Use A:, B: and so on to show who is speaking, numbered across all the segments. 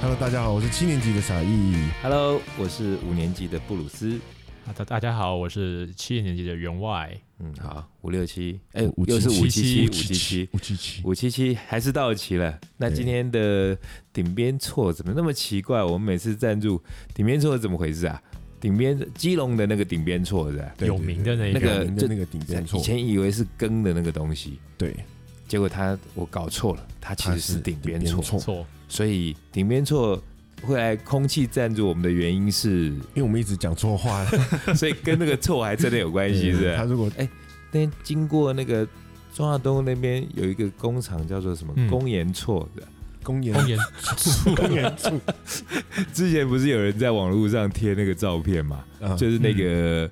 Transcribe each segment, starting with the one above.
A: Hello，大家好，我是七年级的傻义。
B: Hello，我是五年级的布鲁斯。
C: 啊，大大家好，我是七年级的员外，
B: 嗯，好，五六七，哎，
A: 五
B: 又是五七
C: 七
B: 五七七，
A: 五七七，
B: 五七七还是到期了。那
A: 对
B: 今天的顶边错怎么那么奇怪？我们每次赞助顶边错怎么回事啊？顶边基隆的那个顶边错是吧？
A: 对
C: 有名的那一
B: 那
C: 个，
A: 有
B: 个
A: 名的
B: 就
A: 那个顶边错
B: 以，前以为是羹的那个东西，
A: 对，
B: 结果他我搞错了，它其
A: 它
B: 实是顶边错。
A: 错，
C: 错，
B: 所以顶边错会来空气赞助我们的原因是，
A: 因为我们一直讲错话了，
B: 所以跟那个错还真的有关系，是不
A: 对
B: 是
A: 他？如果
B: 那天经过那个中华东路那边有一个工厂，叫做什么
C: 嗯
B: 工研错的。
A: 公演
C: 公演
A: 公演处
B: 之前不是有人在网络上贴那个照片嘛？
A: 啊，
B: 就是那个、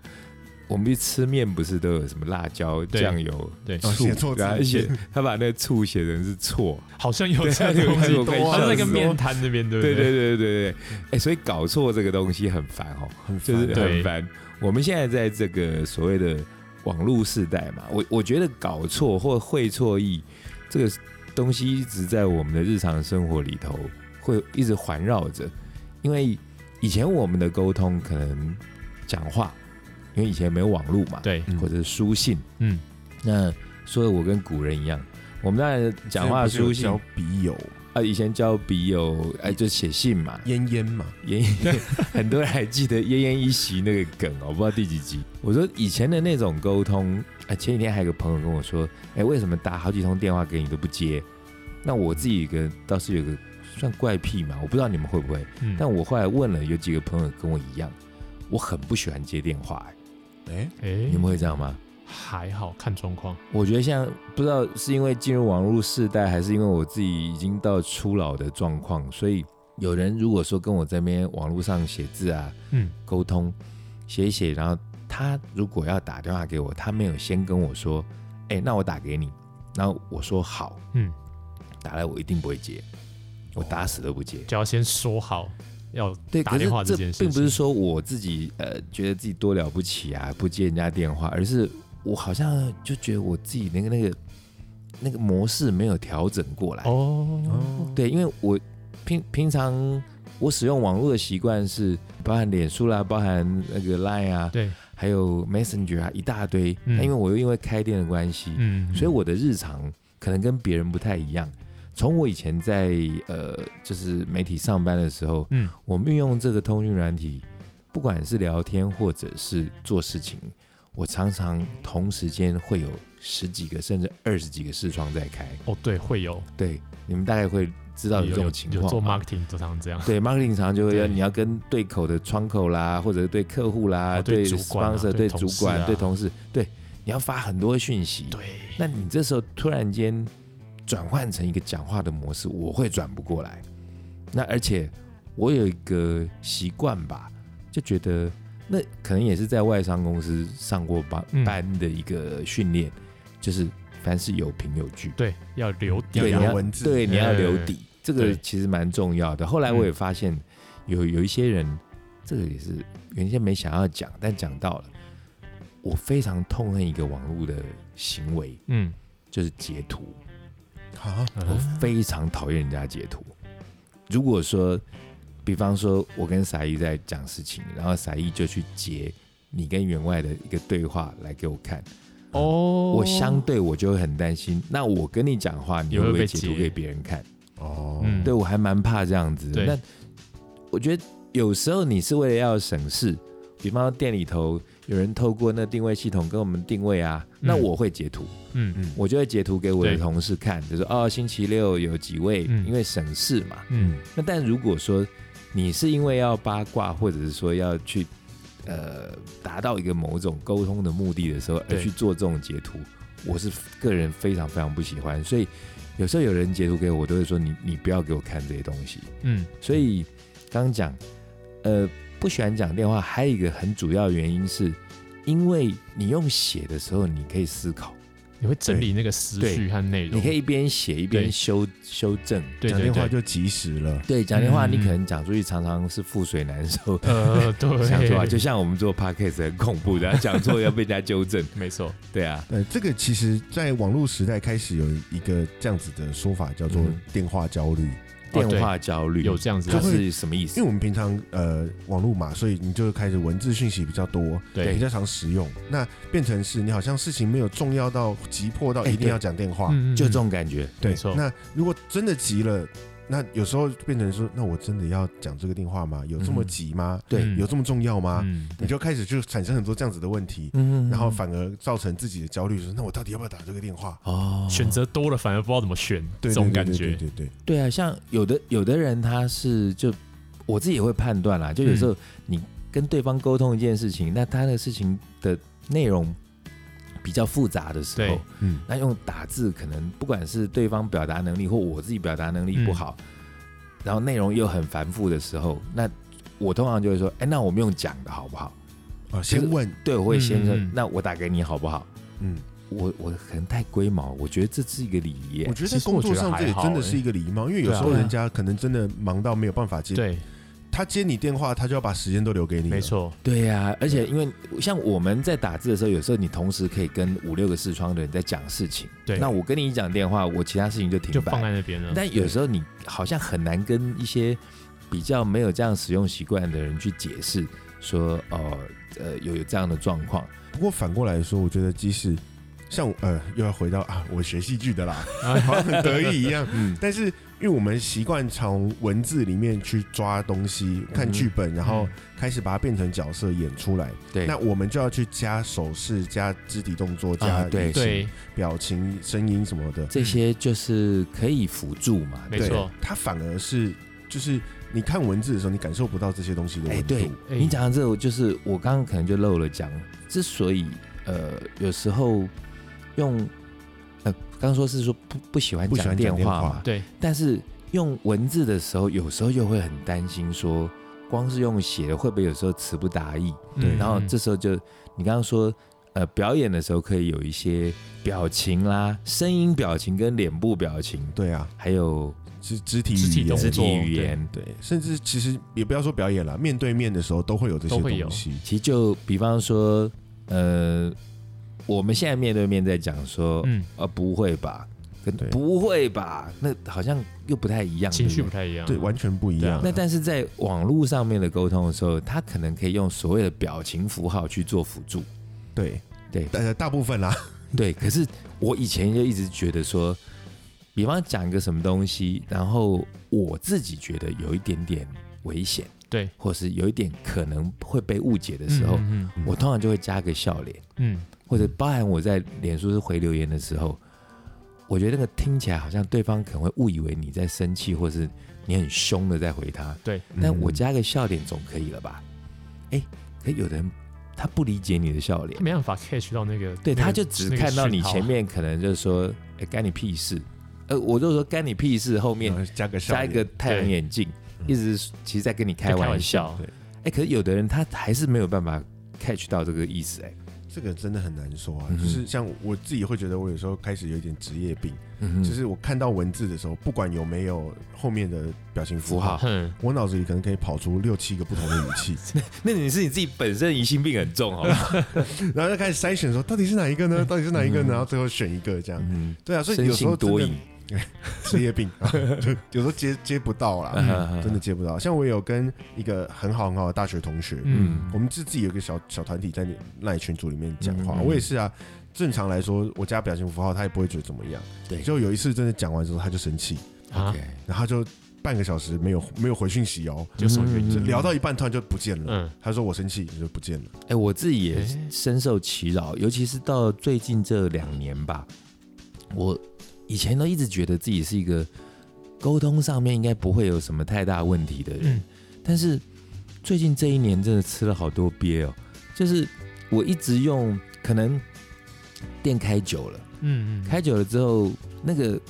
B: 我们去吃面，不是都有什么辣椒、
C: 对
B: 酱油、
C: 对，
A: 哦
B: 醋
A: 写错，字
B: 然后写他把那个醋写成是错，
C: 好像有
B: 对
C: 这样
B: 有
C: 东西
B: 我，快
C: 好
B: 笑
C: 像
B: 死
C: 那个
B: 了
C: 面摊那边，对不
B: 对对对对对对，哎、所以搞错这个东西很烦哦，
A: 很烦
B: 就是
C: 对
B: 很烦。我们现在在这个所谓的网络时代嘛，我我觉得搞错或会错意这个东西一直在我们的日常生活里头会一直环绕着，因为以前我们的沟通可能讲话，因为以前没有网络嘛，，
C: 对，
A: 嗯
B: 或者是书信，
C: 嗯，
B: 那所以我跟古人一样，我们当然讲话
A: 之前
B: 书
A: 不是
B: 信
A: 有交笔友
B: 啊，以前交笔友，哎，就写信嘛，
A: 烟烟嘛，
B: 奄奄， 很多人还记得奄奄一息那个梗哦，我不知道第几集。我说以前的那种沟通，哎，前几天还有个朋友跟我说，哎，为什么打好几通电话给你都不接？那我自己一个倒是有个算怪癖嘛，我不知道你们会不会。
C: 嗯
B: 但我后来问了，有几个朋友跟我一样，我很不喜欢接电话、哎
A: 哎，
C: 哎
B: 你，们会这样吗？
C: 还好看状况，
B: 我觉得像不知道是因为进入网络世代，还是因为我自己已经到初老的状况，所以有人如果说跟我在那边网络上写字啊，
C: 嗯，
B: 沟通，写一写，然后他如果要打电话给我，他没有先跟我说，哎、那我打给你，然后我说好，
C: 嗯，
B: 打来我一定不会接，我打死都不接。
C: 就要先说好要
B: 对，
C: 打
B: 可是
C: 电话这
B: 这
C: 件事情，
B: 并不是说我自己呃觉得自己多了不起啊，不接人家电话，而是我好像就觉得我自己那个那个那个模式没有调整过来。
C: 哦，
A: 哦，
B: 对，因为我平平常我使用网络的习惯是包含脸书啦，包含那个 Line 啊，
C: 对，
B: 还有 Messenger 啊，一大堆。
C: 嗯
B: 那因为我又因为开店的关系，
C: 嗯，
B: 所以我的日常可能跟别人不太一样。从我以前在呃，就是媒体上班的时候，
C: 嗯，
B: 我们运用这个通讯软体，不管是聊天或者是做事情，我常常同时间会有十几个甚至二十几个视窗在开。
C: 哦，对，会有
B: 对，你们大概会知道
C: 有
B: 有这种
C: 有
B: 情
C: 有做
B: 况啊嘛。
C: marketing 都常这样，
B: 对，marketing 常常就会要
C: 对
B: 你要跟对口的窗口啦，或者对客户啦，
C: 哦对主管啊
B: sponsor、
C: 对
B: 对
C: 同
B: 主
C: 事
B: 管、
C: 啊
B: 对同事，对，你要发很多讯息。
C: 对，
B: 那你这时候突然间转换成一个讲话的模式，我会转不过来。那而且我有一个习惯吧，就觉得那可能也是在外商公司上过班、
C: 嗯
B: 班的一个训练，就是凡事有凭有据，
C: 对，要留底
A: 要
B: 嗯对，
A: 有
B: 你
C: 啊，
B: 要
A: 文字
B: 对，你要留底，这个
C: 对
B: 其实蛮重要的。后来我也发现有有一些人，这个也是原先没想要讲，但讲到了，我非常痛恨一个网络的行为，
C: 嗯，
B: 就是截图。
A: 啊，
B: 我非常讨厌人家截图。如果说，比方说我跟傻一在讲事情，然后傻一就去截你跟员外的一个对话来给我看，
C: 哦，
B: 我相对我就会很担心。那我跟你讲话，你
C: 有
B: 会不会
C: 没有被
B: 截图
C: 截
B: 给别人看？
A: 哦，
C: 嗯
B: 对我还蛮怕这样子的。
C: 对
B: 那我觉得有时候你是为了要省事，比方说店里头有人透过那定位系统跟我们定位啊，那
C: 嗯
B: 我会截图。
C: 嗯
A: 嗯，
B: 我就会截图给我的
C: 对
B: 同事看，就说哦，星期六有几位，
C: 嗯
B: 因为省事嘛。
C: 嗯
B: 那但如果说你是因为要八卦，或者是说要去呃达到一个某种沟通的目的的时候，而
C: 对
B: 去做这种截图，我是个人非常非常不喜欢。所以有时候有人截图给我，我都会说你你不要给我看这些东西。
C: 嗯，
B: 所以刚刚讲，呃，不喜欢讲电话，还有一个很主要原因是，因为你用写的时候，你可以思考，
C: 你会整理那个思绪和内容，
B: 你可以一边写一边
C: 对
B: 修修正。
C: 对
A: 讲
C: 对
A: 电话
C: 对，
A: 就及时了。
B: 对，讲电话你
C: 嗯
B: 可能讲出去常常是覆水难收，
C: 呃，
B: 讲错话，
C: 对，
B: 啊就像我们做 podcast 很恐怖 的，讲错要被人家纠正。
C: 没错，
B: 对啊，
A: 对，这个其实，在网络时代开始有一个这样子的说法，叫做
B: 嗯
A: 电话焦虑。
B: 电话焦虑
C: 有这样子
B: 它
A: 就会
C: 的，
B: 嗯是什么意
A: 因为
B: 思？
A: 我们平常呃网络嘛，所以你就开始文字讯息比较多，比
C: 对，
A: 较常使用，那变成是你好像事情没有重要到急迫到
B: 哎
A: 一定
B: 对
A: 要讲电话，
C: 嗯嗯
B: 就这
C: 嗯
B: 种感觉。
A: 对
C: 没错，
A: 那如果真的急了，那有时候变成说，那我真的要讲这个电话吗？有这么
B: 嗯
A: 急吗？
B: 对
C: 嗯
A: 有这么重要
B: 啊
A: 吗？
C: 嗯，
A: 你就开始就产生很多这样子的问题，
B: 嗯
A: 然后反而造成自己的焦虑，就是那我到底要不要打这个电话？
B: 哦，
C: 选择多了反而不知道怎么选，
A: 对，
C: 这种
A: 对
C: 感
A: 对
C: 觉，
A: 对对对，
B: 对啊，像有的有的人他是就我自己也会判断啦，就有时候你跟对方沟通一件事情，那他的事情的内容比较复杂的时候
C: 对，
A: 嗯，
B: 那用打字可能不管是对方表达能力或我自己表达能力不
C: 嗯
B: 好，然后内容又很繁复的时候，那我通常就会说，哎，那我们用讲的好不好？
A: 啊，先问，
B: 对，我会先说，
C: 嗯嗯嗯
B: 那我打给你好不好？
A: 嗯，
B: 我我可能太龟毛，我觉得这是一个礼仪耶
A: 我。觉得
C: 其
A: 在
C: 实
A: 工
C: 我
A: 作
C: 觉得
A: 上这也
C: 还好
A: 真的
C: 欸
A: 是一个礼貌，因为有
C: 对
A: 时
C: 啊
A: 候
B: 对啊
A: 人家可能真的忙到没有办法接，
C: 对，
A: 他接你电话，他就要把时间都留给你，
C: 没，错，
B: 对呀、
C: 啊
B: 而且因为像我们在打字的时候，有时候你同时可以跟五六个视窗的人在讲事情。
C: 对
B: 那我跟你讲电话，我其他事情就停
C: 就
B: 摆。
C: 放在那边了，
B: 但有时候你好像很难跟一些比较没有这样使用习惯的人去解释说，呃呃，有有这样的状况。
A: 不过反过来说，我觉得即使像我呃，又要回到啊，我学戏剧的 啦，
C: 啊
A: 好像很得意一样。
B: 嗯，
A: 但是因为我们习惯从文字里面去抓东西，看剧
C: 嗯
A: 本，然后开始把它变成角色演出来。
B: 对。
A: 那我们就要去加手势、加肢体动作、加
B: 啊对
A: 语气
C: 对，
A: 表情、声音什么的。
B: 这些就是可以辅助嘛，
C: 没
A: 对
C: 错，
A: 它反而是就是你看文字的时候，你感受不到这些东西的
B: 哎、
A: 温度。
B: 对
C: 哎
B: 你讲的这，我就是我刚刚可能就漏了讲。之所以呃，有时候用呃，刚刚说是说不不喜欢
A: 不喜欢
B: 讲
A: 讲
B: 电
A: 电
B: 话
A: 话
B: 嘛，
C: 对，
B: 但是用文字的时候，有时候又会很担心说，光是用写的会不会有时候词不达意？
A: 对
C: 嗯
B: 然后
C: 嗯
B: 这时候就你刚刚说呃，表演的时候可以有一些表情啦，声音表情跟脸部表情，
A: 对啊，
B: 还有
A: 肢肢体
C: 肢体
A: 语言
C: 动
B: 肢
C: 作
B: 体语言。
A: 对，甚至其实也不要说表演了，面对面的时候都会有这些
C: 都会有
A: 东西。
B: 其实就比方说，呃，我们现在面对面在讲说，
C: 嗯，
B: 呃，不会吧，跟
A: 对
B: 不会吧，那好像又不太一样，
C: 情
B: 对
C: 绪
B: 不
C: 不
B: 对
C: 太一样，
A: 对，完全不一
C: 对啊
A: 样。
B: 那但是在网络上面的沟通的时候，他可能可以用所谓的表情符号去做辅助。
A: 对
B: 对
A: 呃，大部分啦，
B: 对，可是我以前就一直觉得说，比方讲一个什么东西，然后我自己觉得有一点点危险，
C: 对，
B: 或是有一点可能会被误解的
C: 嗯
B: 时候，
C: 嗯嗯
B: 我通常就会加个笑脸。
C: 嗯，
B: 或者包含我在脸书是回留言的时候，我觉得那个听起来好像对方可能会误以为你在生气，或是你很凶的在回他。
C: 对，
B: 但
A: 嗯
B: 我加个笑点总可以了吧？哎、可有的人他不理解你的笑脸，
A: 嗯
C: 没办法 catch 到那个，
B: 对，
C: 那个
B: 他就只
C: 那个
B: 看到你
C: 讯号
B: 前面可能就说，哎、干你屁事。呃，我就说干你屁事，后面
A: 然后呃加个笑
B: 加一个
A: 脸
B: 太阳眼镜，
A: 嗯对
B: 一直其实在跟你开
C: 在开
B: 玩
C: 玩
B: 笑
C: 笑。
A: 对，
B: 哎、可是有的人他还是没有办法 catch 到这个意思、哎，
A: 这个真的很难说啊。
B: 嗯哼
A: 就是像我自己会觉得，我有时候开始有一点职业病，
B: 嗯哼，
A: 就是我看到文字的时候，不管有没有后面的表情符
B: 符号
A: 号，
C: 哼，
A: 我脑子里可能可以跑出六七个不同的语 气，
B: 那你是你自己本身疑心病很重，好吧？
A: 然后就开始筛选说到底是哪一个呢？到底是哪一个
B: 嗯
A: 呢？然后最后选一个这样。
B: 嗯，
A: 对啊，所以
B: 深
A: 有时候
B: 信
A: 真
B: 多
A: 的
B: 疑，
A: 职业病，啊 就有时候接接不到啦，
B: 嗯
A: 真的接不到。像我有跟一个很好很好的大学同学，
C: 嗯
A: 我们自自己有一个小小团体在那那群组里面讲话，
B: 嗯
A: 我也是啊。正常来说，我加表情符号，他也不会觉得怎么样。
B: 对
A: 就有一次真的讲完之后，他就生气，
C: 啊，
B: OK，
A: 然后他就半个小时没有没有回讯息哦，
C: 就什么原因
A: 就聊到一半突然就不见了。
C: 嗯，
A: 他说我生气，就不见了。
B: 哎，我自己也
C: 哎
B: 深受其扰，尤其是到最近这两年吧，我以前都一直觉得自己是一个沟通上面应该不会有什么太大问题的人，
C: 嗯
B: 但是最近这一年真的吃了好多鳖哦，就是我一直用，可能店开久了。
C: 嗯嗯，
B: 开久了之后，那个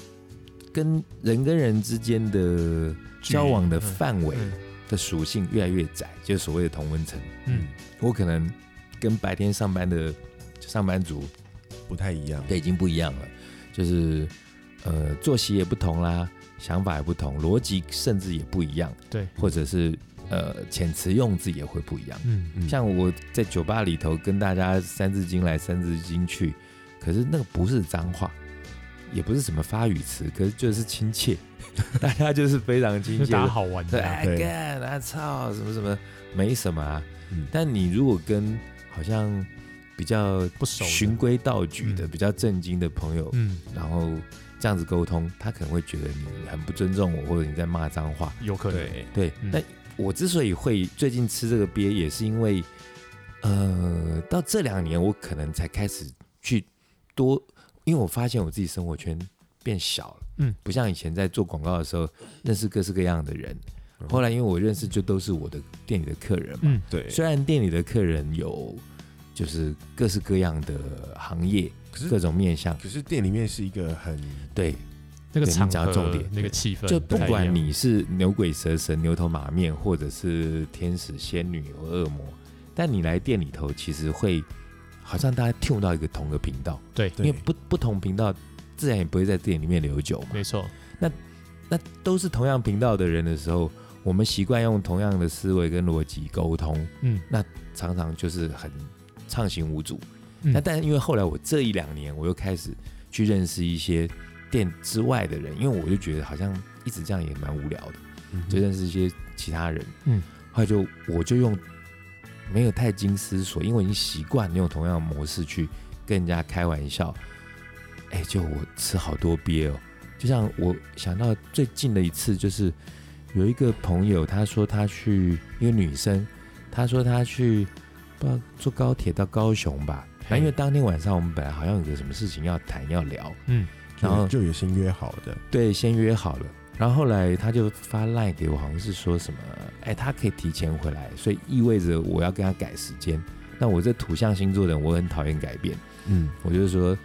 B: 跟人跟人之间的
C: 距离
B: 交往的范围
C: 嗯
B: 的属性越来越窄，就是所谓的同温层。
C: 嗯，
B: 我可能跟白天上班的上班族
A: 不太一样。
B: 对，已经不一样了，就是呃作息也不同啦，想法也不同，逻辑甚至也不一样，
C: 对，
B: 或者是呃遣词用字也会不一样。
C: 嗯
A: 嗯
B: 像我在酒吧里头跟大家三字经来三字经去，可是那个不是脏话，也不是什么发语词，可是就是亲切， 大家就是非常亲
C: 就
B: 切
C: 嗯大家
B: 的。
C: 好玩
B: 对，
C: 的啊，
B: 哎
A: 对
B: 干啊操，什么什么，没什么啊。
A: 嗯
B: 但你如果跟好像比较
C: 不熟的
B: 循规蹈矩的、
C: 嗯
B: 比较正经的朋友，
C: 嗯，
B: 然后这样子沟通，他可能会觉得你很不尊重我，或者你在骂脏话。
C: 有可能，
B: 对，
C: 嗯
B: 那、我之所以会最近吃这个鳖，也是因为，呃，到这两年我可能才开始去多，因为我发现我自己生活圈变小了，
C: 嗯，
B: 不像以前在做广告的时候认识各式各样的人。后来因为我认识就都是我的店里的客人嘛，
C: 嗯，
A: 对，
B: 虽然店里的客人有就是各式各样的行业、
A: 可
C: 嗯
A: 是
B: 各种面向，
A: 可是店里面是一个很
B: 对，
C: 那个
B: 对你
C: 场
B: 讲到
C: 合
B: 重点
C: 那个气氛太一
B: 就
C: 样，
B: 不管你是牛鬼蛇神、牛头马面，或者是天使、仙女和恶魔，但你来店里头，其实会好像大家 tune 到一个同个频道，
C: 对，
A: 对
B: 因为不不同频道，自然也不会在店里面留久嘛。
C: 没错，
B: 那都是同样频道的人的时候，我们习惯用同样的思维跟逻辑沟通，
C: 嗯，
B: 常常就是很畅行无阻。
C: 嗯
B: 那但因为后来我这一两年，我又开始去认识一些店之外的人，因为我就觉得好像一直这样也蛮无聊的。就认识一些其他人，
C: 嗯，
B: 后来就我就用没有太经思索，因为我已经习惯用同样的模式去跟人家开玩笑。哎、就我吃好多鳖哦，就像我想到最近的一次，就是有一个朋友，她说她去一个女生，她说她去不知道坐高铁到高雄吧，
C: 嘿
B: 那因为当天晚上我们本来好像有个什么事情要谈要聊，
C: 嗯，
A: 就
B: 然后
A: 就也先约好的，
B: 对，先约好了。然后后来他就发 line 给我，好像是说什么，哎，他可以提前回来，所以意味着我要跟他改时间。那我这土象星座的人，我很讨厌改变，
A: 嗯，
B: 我就说，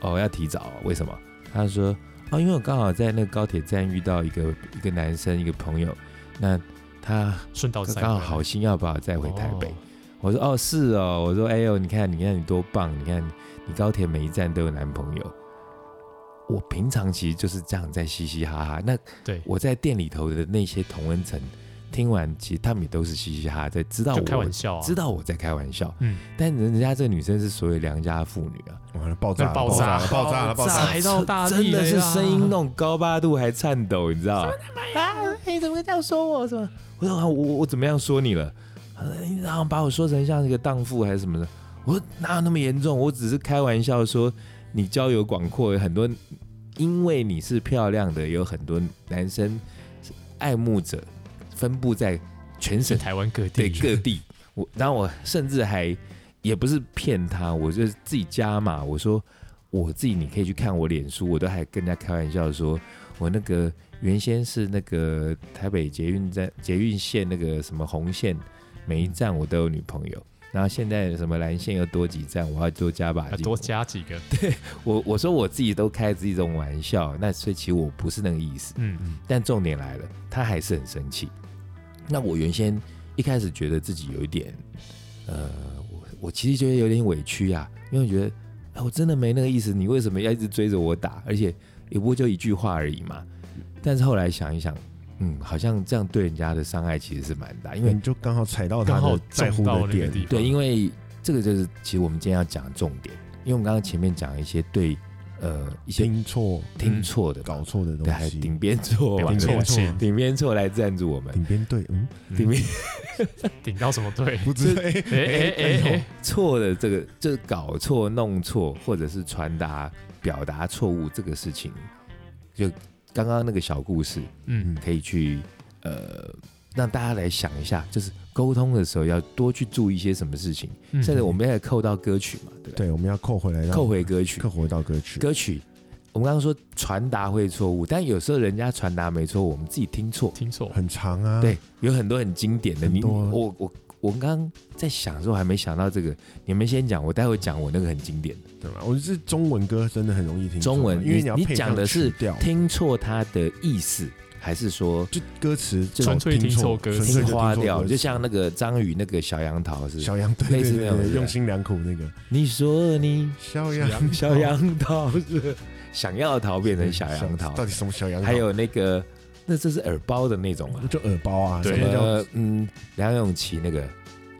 B: 哦，要提早，为什么？他说，哦，因为我刚好在那个高铁站遇到一个一个男生，一个朋友，那他
C: 顺道再
B: 刚好
C: 回来
B: 好心要把我载回台北。
C: 哦
B: 我说哦是哦，我说哎呦，你看你看你多棒，你看你高铁每一站都有男朋友。我平常其实就是这样在嘻嘻哈哈，那
C: 对，
B: 我在店里头的那些同温层听完，其实他们也都是嘻嘻哈哈在知道我
C: 就开玩笑啊，
B: 知道我在开玩笑，
C: 嗯，
B: 但人家这个女生是所谓良家妇女啊，
A: 完了爆炸了，炸
C: 爆炸
A: 了，爆炸了，爆炸
C: 炸
A: 了，
C: 踩到大
B: 真
C: 地
B: 的
C: 雷
B: 是
C: 啦
B: 声音弄高八度还颤抖，你知 道吗？啊，你怎么会这样说我？什么？我说啊我我我怎么样说你了？他说你好像把我说成像一个荡妇还是什么的？我说哪有那么严重？我只是开玩笑说你交友广阔，有很多因为你是漂亮的，有很多男生爱慕者分布在全省
C: 是台湾各
B: 对
C: 地，
B: 各地。我然后我甚至还也不是骗他，我就是自己加码，我说我自己你可以去看我脸书，我都还跟人家开玩笑说，我那个原先是那个台北捷运站捷运线那个什么红线，每一站我都有女朋友。然后现在什么蓝线又多几站，我要多加把
C: 啊
B: 劲。
C: 多加几个，
B: 我我说我自己都开自己这种玩笑，那所以其实我不是那个意思。
C: 嗯，
B: 但重点来了，他还是很生气。那我原先一开始觉得自己有一点，呃，我我其实觉得有点委屈啊，因为我觉得，哎、我真的没那个意思，你为什么要一直追着我打？而且也不过就一句话而已嘛。但是后来想一想，嗯，好像这样对人家的伤害其实是蛮大，因为
A: 你就刚好踩到他
C: 刚好
A: 的在乎
C: 中到
A: 的
C: 那个
A: 点，
C: 地方，
B: 对，因为这个就是其实我们今天要讲的重点，因为我们刚刚前面讲一些对呃一些
A: 听错、
B: 听错的嘛，
A: 搞错的东
B: 对，还有
A: 西，
B: 顶边错嘛，
C: 顶
A: 错
C: 错
A: 错
C: 钱，
B: 顶边错来赞助我们，
A: 顶边对，嗯，
B: 顶边
C: 顶到什么 队？
A: 不知道，
C: 哎哎哎哎，
B: 错的这个就是搞错、弄错，或者是传达、表达错误这个事情，就刚刚那个小故事，
C: 嗯，
B: 可以去呃让大家来想一下，就是沟通的时候要多去注意一些什么事情。
C: 嗯
B: 甚至我们要扣到歌曲嘛，对不对？
A: 对，我们要扣回来，让
B: 扣回歌曲，
A: 扣回到歌曲，
B: 歌曲。我们刚刚说传达会错误，但有时候人家传达没错，我们自己听错。
C: 听错，
A: 很长啊，
B: 对，有很多很经典的，
A: 很
B: 你
A: 多啊
B: 我我我刚刚在想的时候还没想到这个，你们先讲，我待会讲我那个很经典的
A: 对吧？我是中文歌真的很容易听错
B: 中文，
A: 因为
B: 你
A: 要
B: 你
A: 配
B: 讲
A: 上
B: 的是
A: 曲调，
B: 听错它的意思，还是说
A: 就歌词
B: 就
A: 找
B: 纯
C: 粹听
A: 错
C: 错歌
A: 纯
C: 词
A: 粹
B: 听
A: 就
B: 花
A: 错
B: 掉？
A: 歌
B: 就
A: 词
B: 像那个张宇那个小杨桃是，
A: 小羊对
B: 类
A: 对
B: 似那
A: 对
B: 种
A: 对
B: 对
A: 用心良苦那个
B: 你说你
A: 小
C: 小
A: 羊
C: 羊
B: 小杨桃是想要逃变成小杨桃，
A: 到底什么小羊桃？
B: 还有那个那这是耳包的那种 啊，
A: 就耳包啊，
C: 对
A: 什么叫
B: 呃嗯，梁咏琪那个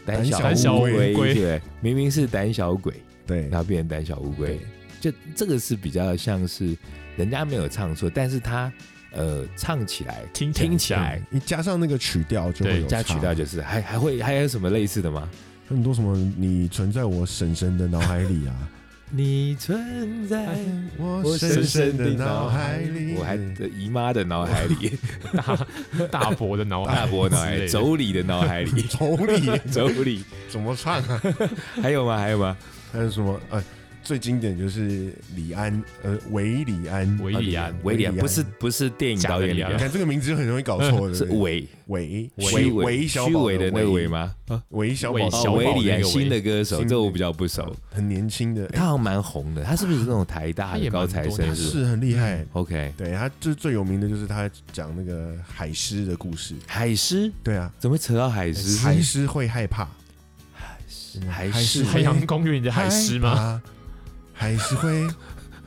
B: 胆
A: 胆
B: 小
A: 小
B: 乌
A: 乌
B: 龟，
C: 龟
B: 对，明明是胆小鬼，
A: 对
B: 然后变成胆小乌龟
A: 对，
B: 就这个是比较像是人家没有唱错，但是他呃唱起来
C: 听起来
B: 听起来
A: 嗯。你加上那个曲调就会
C: 对
A: 有
B: 加
A: 差
B: 曲调就是还还会还有什么类似的吗？
A: 很多什么你存在我深深的脑海里啊，
B: 你存在
A: 我
B: 我
A: 深
B: 深
A: 深
B: 深
A: 的
B: 的
A: 脑
B: 脑
A: 海
B: 海
A: 里，，
B: 里，我还姨妈的脑海里，
C: 大大伯的脑海，
B: 大伯脑海里，
C: 走
B: 妯娌的脑海里
A: 头里
B: 妯娌，
A: 怎么唱啊？
B: 还有吗？还有吗？
A: 还有什么？呃，最经典就是李安，呃，韦礼安，
C: 韦礼安
B: 威廉不是不是电影导演梁
A: 你看这个名字就很容易搞错的，
B: 是伪
A: 韦
B: 伪
A: 韦小
B: 虚
A: 宝
B: 伪的那个伪
A: 韦
B: 吗？啊，
A: 韦小
C: 韦
A: 宝
C: 小
B: 哦，
C: 宝
B: 韦礼
C: 那
B: 安
C: 个韦
B: 新的歌手，
A: 新的
B: 这我比较不熟。
A: 很年轻的，
B: 他好像蛮红的，他是不是那种台大
C: 他也
B: 的高
C: 蛮
B: 材
C: 多
B: 生？
C: 的
A: 他
B: 是不是
A: 是很厉害。
B: OK，
A: 对他最最有名的就是他讲那个海狮的故事，
B: 海狮
A: 对啊，
B: 怎么会扯到海狮？
A: 海狮会害怕，海
B: 海
A: 狮
B: 狮
C: 海洋公园里的海狮
B: 哎
C: 吗？
A: 吗？海狮会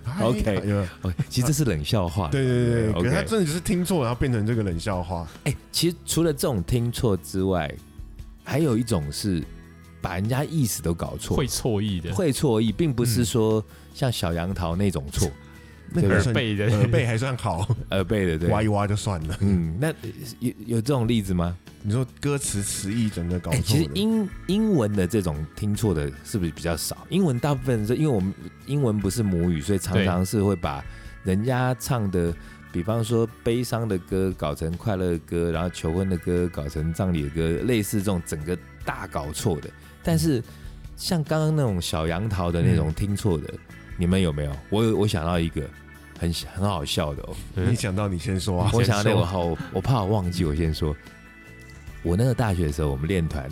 A: 害
B: OK
A: 有没有
B: 哦，其实这是冷笑话。
A: 对对对，可是他
B: ，OK。
A: 真的就是听错，然后变成这个冷笑 话。
B: 哎，其实除了这种听错之外，还有一种是把人家意思都搞错，
C: 会错意的，
B: 哎会错意，并不是
A: 嗯
B: 说像小杨桃那种错，
A: 那个
B: 耳
A: 算
C: 背的
A: 耳呃背还算好，
B: 耳背的对。
A: 挖一挖就算了。
B: 嗯，那有有这种例子吗？
A: 你说歌词词义整个搞
B: 哎、
A: 错
B: 其实
A: 了，
B: 英英文的这种听错的是不是比较少？英文大部分是因为我们英文不是母语，所以常
C: 对
B: 常是会把人家唱的，比方说悲伤的歌搞成快乐的歌，然后求婚的歌搞成葬礼的歌，类似这种整个大搞错的。
A: 嗯
B: 但是像刚刚那种小杨桃的
A: 嗯
B: 那种听错的，你们有没有？我有我想到一个很很好笑的哦，
A: 你想到你先说啊。
B: 我
C: 先
B: 想到那
C: 说
B: 个好，我我怕我忘记，我先说。我那个大学的时候，我们练团，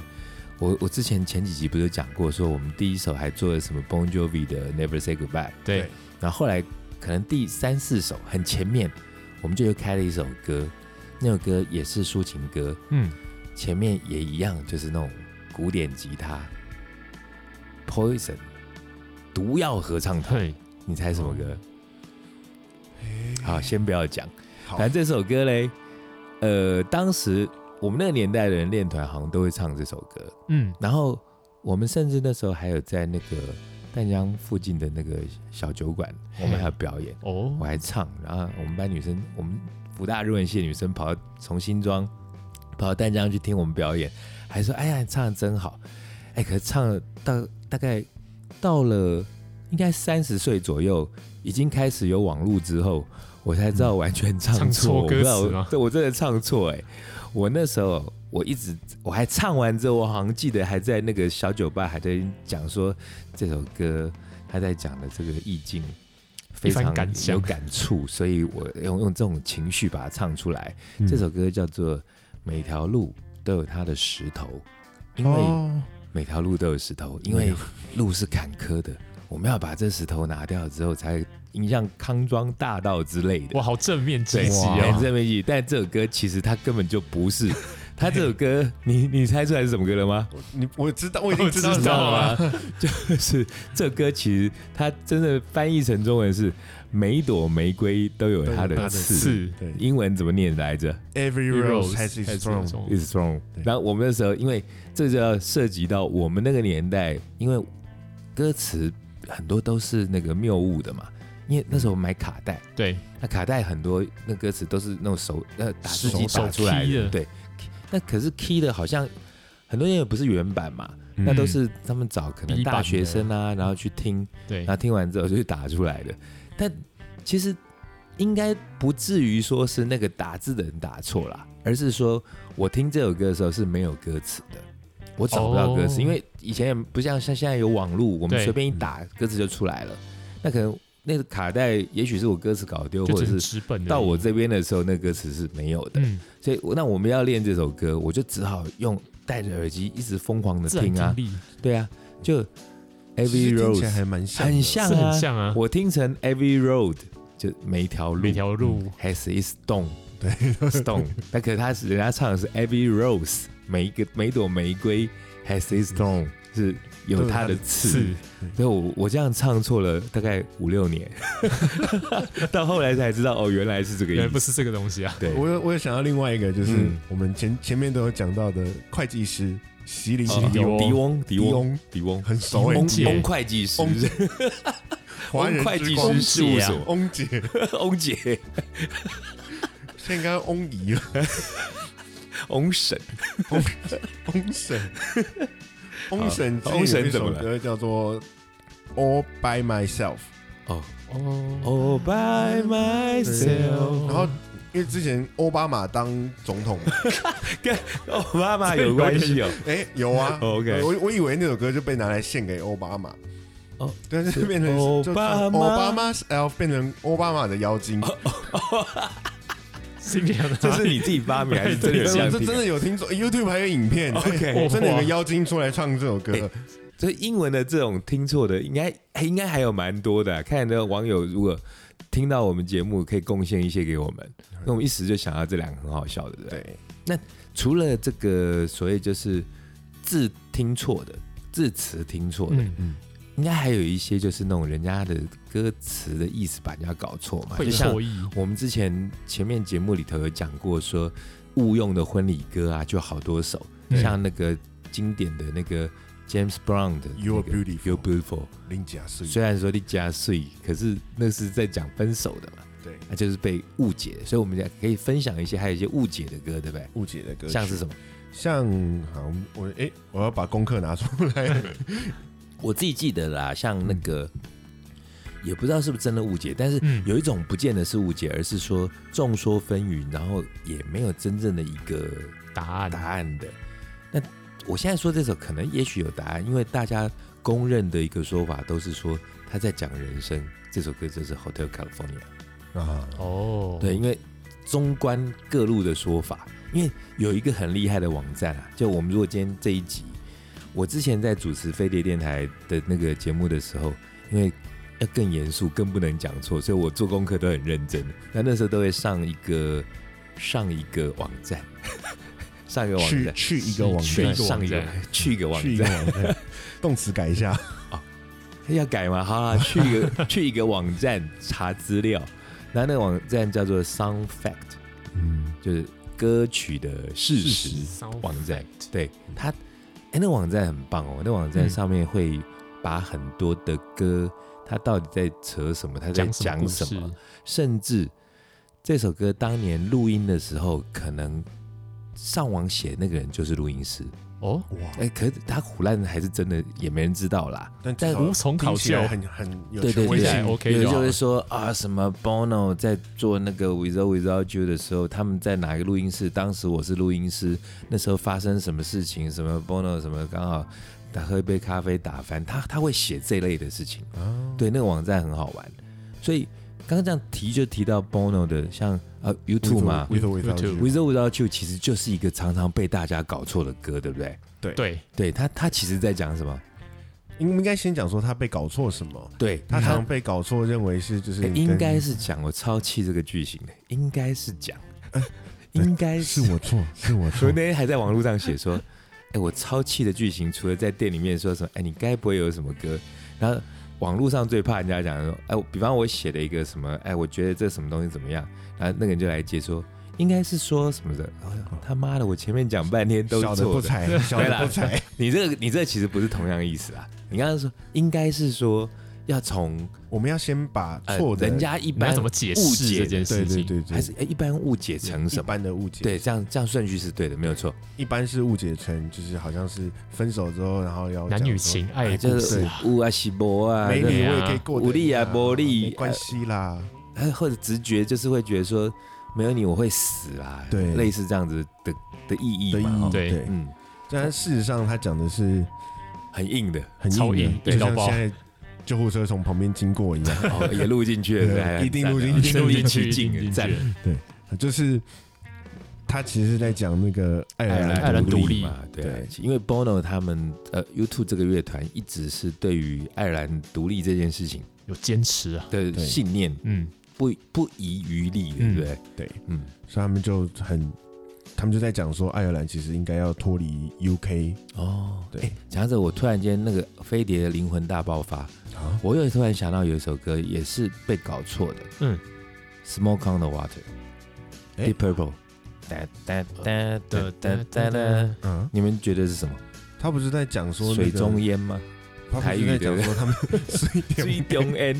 B: 我我之前前几集不是讲过，说我们第一首还做了什么 Bon Jovi 的 Never Say Goodbye，
C: 对，
B: 然后后来可能第三四首很前面，我们就又开了一首歌，那首歌也是抒情歌，
C: 嗯，
B: 前面也一样，就是那种古典吉他，Poison，毒药合唱团，
C: 对，
B: 你猜什么歌？好，
C: 哦
A: 哎
B: 先不要讲。
A: 好
B: 反正这首歌嘞，呃，当时我们那个年代的人练团好像都会唱这首歌，
C: 嗯，
B: 然后我们甚至那时候还有在那个淡江附近的那个小酒馆，我们还有表演，我
C: 哦，
B: 还唱，然后我们班女生，我们福大日文系的女生跑到从新庄跑到淡江去听我们表演，还说哎呀你唱的真好，哎，可是唱了到大概到了应该三十岁左右，已经开始有网络之后，我才知道完全唱
C: 唱
B: 错，
C: 错
B: 我不
C: 歌
B: 知道
C: 词
B: 我
C: 吗
B: 对我真的唱错哎、我那时候我一直我还唱完之后，我好像记得还在那个小酒吧还在讲说这首歌，他在讲的这个意境非
C: 番
B: 常
C: 感想
B: 有感触，所以我用用这种情绪把它唱出来。
A: 嗯
B: 这首歌叫做《每条路都有它的石头》，因为
A: 哦，
B: 每条路都有石头，因为路是坎坷的，我们要把这石头拿掉之后，才迎向康庄大道之类的。
C: 哇，好正面积
B: 对，
C: 极
A: 哇
B: 很
C: 哦，
B: 正面积极。但这首歌其实它根本就不是，它这首 歌，你你猜出来是什么歌了吗？
A: 我你我知道，我已经知道
B: 哎
C: 我
B: 知
C: 知
B: 道了
C: 道了
B: 吗？就是这歌其实它真的翻译成中文是每一朵玫瑰都有它
A: 都有它
B: 的
A: 的
B: 刺。
C: 是
A: 对
B: 英文怎么念来着
A: Every rose has its thorn，
B: ？Is strong
A: 对。
B: 然后我们那时候，因为这就要涉及到我们那个年代，因为歌词很多都是那个谬误的嘛。因为那时候买卡带，
C: 对，
B: 那卡带很多那歌词都是那种手呃打字机
C: 手
B: 打出来
C: 手 key
B: 的，
C: 的
B: 对。那可是 key 的好像很多人也不是原版嘛，那都是他们找可能
C: 嗯 B 版
B: 大
C: 的
B: 学生啊，然后去听，
C: 对
B: 然，后听完之后就去打出来的。但其实应该不至于说是那个打字的人打错啦，而是说我听这首歌的时候是没有歌词的，我找不到歌词，
C: 哦
B: 因为以前也不像像现在有网络，我们
C: 对嗯
B: 随便一打歌词就出来了。那可能那个卡带，也许是我歌词搞丢，
C: 就
B: 或
C: 只
B: 者
C: 是
B: 是
C: 纸本的，
B: 到我这边的时候，那歌词是没有的。
C: 嗯，
B: 所以我那我们要练这首歌，我就只好用戴着耳机一直疯狂的
C: 自然
B: 听啊
C: 听，力
B: 对啊，就
A: 其
B: Every
A: 实听起
B: Road
A: 来还蛮像的，
B: 很
C: 是
B: 像啊，
C: 很像啊，
B: 我听成 Every Road 就每一条路嗯
C: 每条路
B: has its stone，对 stone，那可是他人家唱的是 Every Rose，每一个每一朵玫瑰 has its stone 是有它的刺。
C: 是
B: 所以我我这样唱错了大概五六年，到后来才知道哦，原来是这个
C: 原来
B: 意
C: 不
B: 思。
C: 是这个东西 啊，
B: 对，
A: 我有我有想到另外一个，就是
B: 嗯
A: 我们前前面都有讲到的会计师席林
B: 哦
A: 迪翁，
B: 迪翁，迪
A: 迪
B: 翁，
A: 翁
B: 迪翁，
A: 很熟
B: 翁
A: 哎，
C: 姐
B: 翁会计师，
A: 翁华人
B: 翁会计
A: 之
B: 师
A: 光
B: 事务
C: 姐啊
B: 所，
A: 翁姐，
B: 翁姐，
A: 现在应该翁姨了，
B: 翁婶，
A: 翁 婶，翁婶之前
B: 啊翁婶
A: 有一
B: 怎么
A: 首
B: 了
A: 歌叫做《All by Myself》，
B: 哦
C: 哦，
B: ，All by myself。
A: 然后因为之前奥巴马当总 统，
B: 哦，妈妈有关系哦。
A: 哎，有啊
B: OK
A: 我我以为那首歌就被拿来献给奥巴马。
B: 哦，
A: 但是
B: 是
A: 变成
B: 奥
A: 就
B: 巴
A: 奥
B: 马哦
A: 巴马 self 变成奥巴马的妖精，
C: 是这样的啊，
B: 这是你自己发明还是真的有
A: 这
B: 这样
A: 这
B: 听
A: 真
B: 啊？
A: 的有听说 YouTube 还有影片
B: OK
A: 真的哦有个妖精出来唱这首歌
B: 哎，所以英文的这种听错的，应该哎应该还有蛮多的啊、看的网友如果听到我们节目，可以贡献一些给我们。那我们一时就想到这两个很好笑的，对不对？
A: 对，
B: 除了这个所谓就是字听错的、字词听错的，
C: 嗯，
B: 应该还有一些就是那种人家的歌词的意思把人家搞错嘛，
C: 会
B: 就像
C: 错意，
B: 我们之前前面节目里头有讲过说，误用的婚礼歌啊，就好多首，
A: 嗯
C: 对
B: 像那个经典的那个 James Brown 的、那个
A: You are beautiful
B: You're Beautiful，
A: 林假碎，
B: 虽然说你加碎，可是那是在讲分手的嘛，
A: 对，
B: 那就是被误解的，所以我们也可以分享一些还有一些误解的歌，对不对？
A: 误解的歌曲，
B: 像是什么？
A: 像好，我们我哎，我要把功课拿出 来，
B: 我自己记得啦，像那个。也不知道是不是真的误解，但是
C: 嗯
B: 有一种不见得是误解，而是说众说纷纭，然后也没有真正的一个
C: 答案
B: 答案的。那我现在说这首可能也许有答案，因为大家公认的一个说法都是说他在讲人生。这首歌就是 Hotel California。
A: 啊，
C: 哦，
B: 对，因为综观各路的说法，因为有一个很厉害的网站啊，就我们如果今天这一集，我之前在主持飞碟电台的那个节目的时候，因为要更严肃，更不能讲错，所以我做功课都很认真。那那时候都会上一个上一个网站， 上一个网
A: 去
B: 站。
A: 去一个网
C: 去
A: 站
C: 一，个
B: 上一个
C: 网站
B: 去一个网
A: 去一个
B: 站，
A: 网站，动词改一下，
B: 要改吗？好啦，去一个 去一个网站查资料，然后那个网站叫做 Sound Fact，
A: 嗯，
B: 就是歌曲的事实
C: ，sound
B: 网站
C: fact。
B: 对它，哎、那网站很棒哦，那网站
C: 嗯
B: 上面会把很多的歌，它到底在扯什么，它在
C: 讲什么
B: 讲
C: 故
B: 什
C: 事
B: 么，甚至这首歌当年录音的时候，可能上网写那个人就是录音师，
C: 哦，
A: 哇，
B: 哎、可是他胡乱还是真的，也没人知道啦。
A: 但
B: 但
A: 至少
C: 无从考
A: 听起来
C: 究
A: 很很有
B: 对对
A: 权威
B: 对
A: 性
C: 听起来 OK
B: 有
C: 就
B: 人
C: 好
B: 就会说啊，什么 Bono 在做那个 Without Without You 的时候，他们在哪一个录音室？当时我是录音师，那时候发生什么事情？什么 Bono 什么刚好打喝一杯咖啡打翻，他他会写这类的事情。
A: 啊，
B: 对，那个网站很好玩。所以刚刚这样提就提到 Bono 的，像呃 YouTube 嘛
A: w i t h w i t
C: YouTube
A: h
B: ，Without Without You 其实就是一个常常被大家搞错的歌，对不对？
C: 对，
B: 对他，他其实在讲什么？
A: 应应该先讲说他被搞错什么，
B: 对
A: 他常常被搞错，认为是就是
B: 欸
A: 跟
B: 嗯应该是讲，我超气这个句型的，应该是讲，呃
C: 呃
A: 对
B: 应该
A: 是
B: 是。
A: 我错，是我
B: 我
A: 错
B: 那，天还在网络上写说， 哎、我超气的句型，除了在店里面说什么，哎、你该不会有什么歌？然后网络上最怕人家讲说，哎、我比方我写了一个什么，哎、我觉得这什么东西怎么样，然后那个人就来接说，应该是说什么的，然后我想他妈的，我前面讲半天都
A: 小的
B: 错
A: 不
B: 的，
A: 才， 小的不才，
B: 你这个你这其实不是同样意思啊，你刚刚说应该是说要从
A: 我们要先把
B: 呃
A: 错的
B: 人家一
C: 你要
B: 般
C: 怎么解
B: 误
C: 释
B: 解
C: 这件
A: 对
C: 事
A: 对
C: 情？
A: 对对，
B: 还是哎一般误解成
A: 一
B: 什么？
A: 般的误解，，
B: 对，这样这样顺序是对的，没有错，
A: 一般是误解成就是好像是分手之后，然后要
C: 男女情爱
B: 哎，
C: 故
B: 就是
C: 事啊，
B: 乌啊西博啊，
A: 讲说，美
B: 对
A: 女
C: 对啊
A: 我也可以过得
B: 无力啊无力
A: 没关系啦，
B: 哎或者直觉就是会觉得说没有你我会死啊，
A: 对
B: 类似这样子的的意义
A: 的意
B: 嘛，
A: 义
B: 哦
C: 对
A: 对，
B: 嗯，
A: 但事实上他讲的是
B: 很硬的，
A: 很
C: 超
A: 硬
C: 硬
A: 的，
C: 硬
A: 就
C: 到
A: 像
C: 爆
A: 现在救护车从旁边经过一样，
B: 哦，也录进去了，
A: 对
C: 啊
B: 对还
A: 一定
B: 很赞
A: 录进
B: 的哦
A: 去
B: 身
C: 录
B: 临
C: 进去
B: 其
C: 一定
B: 境，
C: 进
B: 赞
C: 去，
A: 就是他其实是在讲那个爱尔兰
C: 爱尔兰独立
B: 嘛，对啊
A: 对，
B: 因为 Bono 他们呃 YouTube 这个乐团一直是对于爱尔兰独立这件事情
C: 有坚持啊，
B: 的
A: 对
B: 信念
C: 嗯，
B: 不不遗余力的，对
C: 嗯
B: 不对？
A: 对，
B: 嗯，
A: 所以他们就很，他们就在讲说，爱尔兰其实应该要脱离 UK
B: 哦，
A: 对
B: 诶，讲着我突然间那个飞碟的灵魂大爆发，
A: 啊，
B: 我又突然想到有一首歌也是被搞错的，
C: 嗯
B: ，Smoke on the Water，Deep
A: 诶
B: Purple，哒哒
A: 呃
B: 哒
C: 的
B: 哒
C: 的
B: 哒哒哒，
A: 嗯，
B: 你们觉得是什么？
A: 他不是在讲说、那个
B: 水中烟吗？
A: 他不是在讲说他们 水
B: 水
A: 中，
B: 中烟，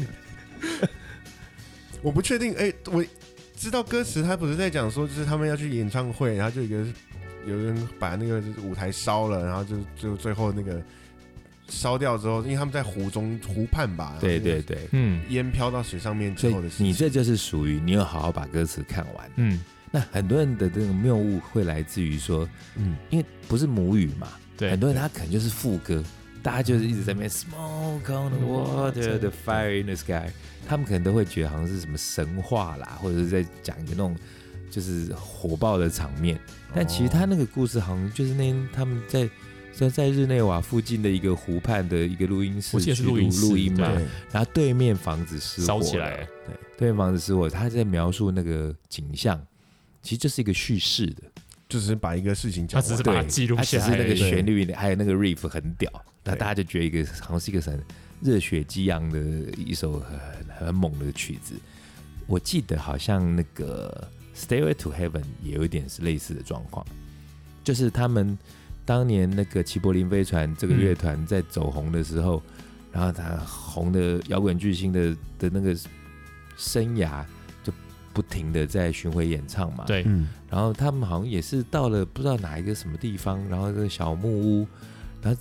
A: 我不确定，哎、我知道歌词，他不是在讲说，就是他们要去演唱会，然后就有一个有人把那个舞台烧了，然后就就最后那个烧掉之后，因为他们在湖中湖畔吧，然后
B: 对
A: 那个
B: 对对。
C: 嗯
A: 烟飘到水上面
B: 所
A: 之
B: 以
A: 后的事情。
B: 你这就是属于你有好好把歌词看完。
C: 嗯，
B: 那很多人的这个谬误会来自于说，
A: 嗯，
B: 因为不是母语嘛，
C: 对，嗯
B: 很多人他可能就是副歌，大家就是一直在那边 smoke on the water, the fire in the sky，他们可能都会觉得好像是什么神话啦，或者是在讲一个那种就是火爆的场面，
C: 哦
B: 但其实他那个故事好像就是那天他们在。在在日内瓦附近的一个湖畔的一个录音室
C: 我记
B: 去
C: 得是
B: 录
C: 录音室
B: 录音嘛
A: 哦
C: 对，
B: 然后对面房子失火
C: 烧起
B: 了
C: 来，
B: 对房子失火，他在描述那个景象，其实就是一个叙事的，
A: 就只是把一个事情讲
C: 他
A: 完，
C: 只是把它记录
B: 它
C: 下
B: 只
C: 来
B: 是
C: 而已，
B: 那个
A: 对
B: 旋律还有那个 riff 很屌，那
A: 对
B: 大家就觉得一个好像是一个很热血激昂的一首很很猛的曲子。我记得好像那个《Stairway to Heaven》也有一点是类似的状况，就是他们当年那个齐柏林飞船这个乐团在走红的时候，然后他红的摇滚巨星的的那个生涯就不停的在巡回演唱嘛，
C: 对，
A: 嗯，
B: 然后他们好像也是到了不知道哪一个什么地方，然后这个小木屋，然后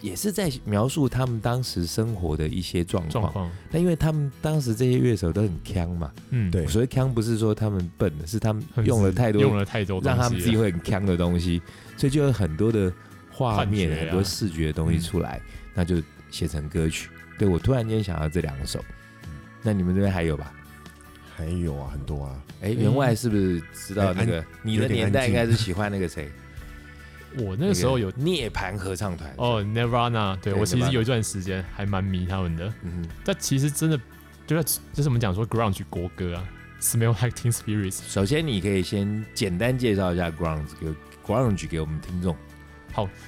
B: 也是在描述他们当时生活的一些状
C: 状
B: 况。
C: 况，
B: 但因为他们当时这些乐手都很强嘛，
C: 嗯，
A: 对
B: 所谓强不是说他们笨，是他们
C: 很
B: 用了太多，啊
C: 用了太多东西了，
B: 让他们自己会很强的东西，所以就有很多的画面、
C: 幻觉啊
B: 很多视觉的东西出来，那就写成歌曲。对我突然间想到这两首，那你们这边还有吧？
A: 还有啊，很多啊，
B: 哎，员外是不是知道那个？你的年代应该是喜欢那个谁？
C: 我那个时候有
B: 个涅槃合唱团。
C: 哦，Nirvana，对
B: 对
C: 我其实
B: Nirvana
C: 有一段时间还蛮迷他们的，
B: 嗯哼，
C: 但其实真的就是就是我们讲说 grunge 国歌啊，Smell Like Teen Spirit，
B: 首先你可以先简单介绍一下 grunge 给 grunge 给我们听众。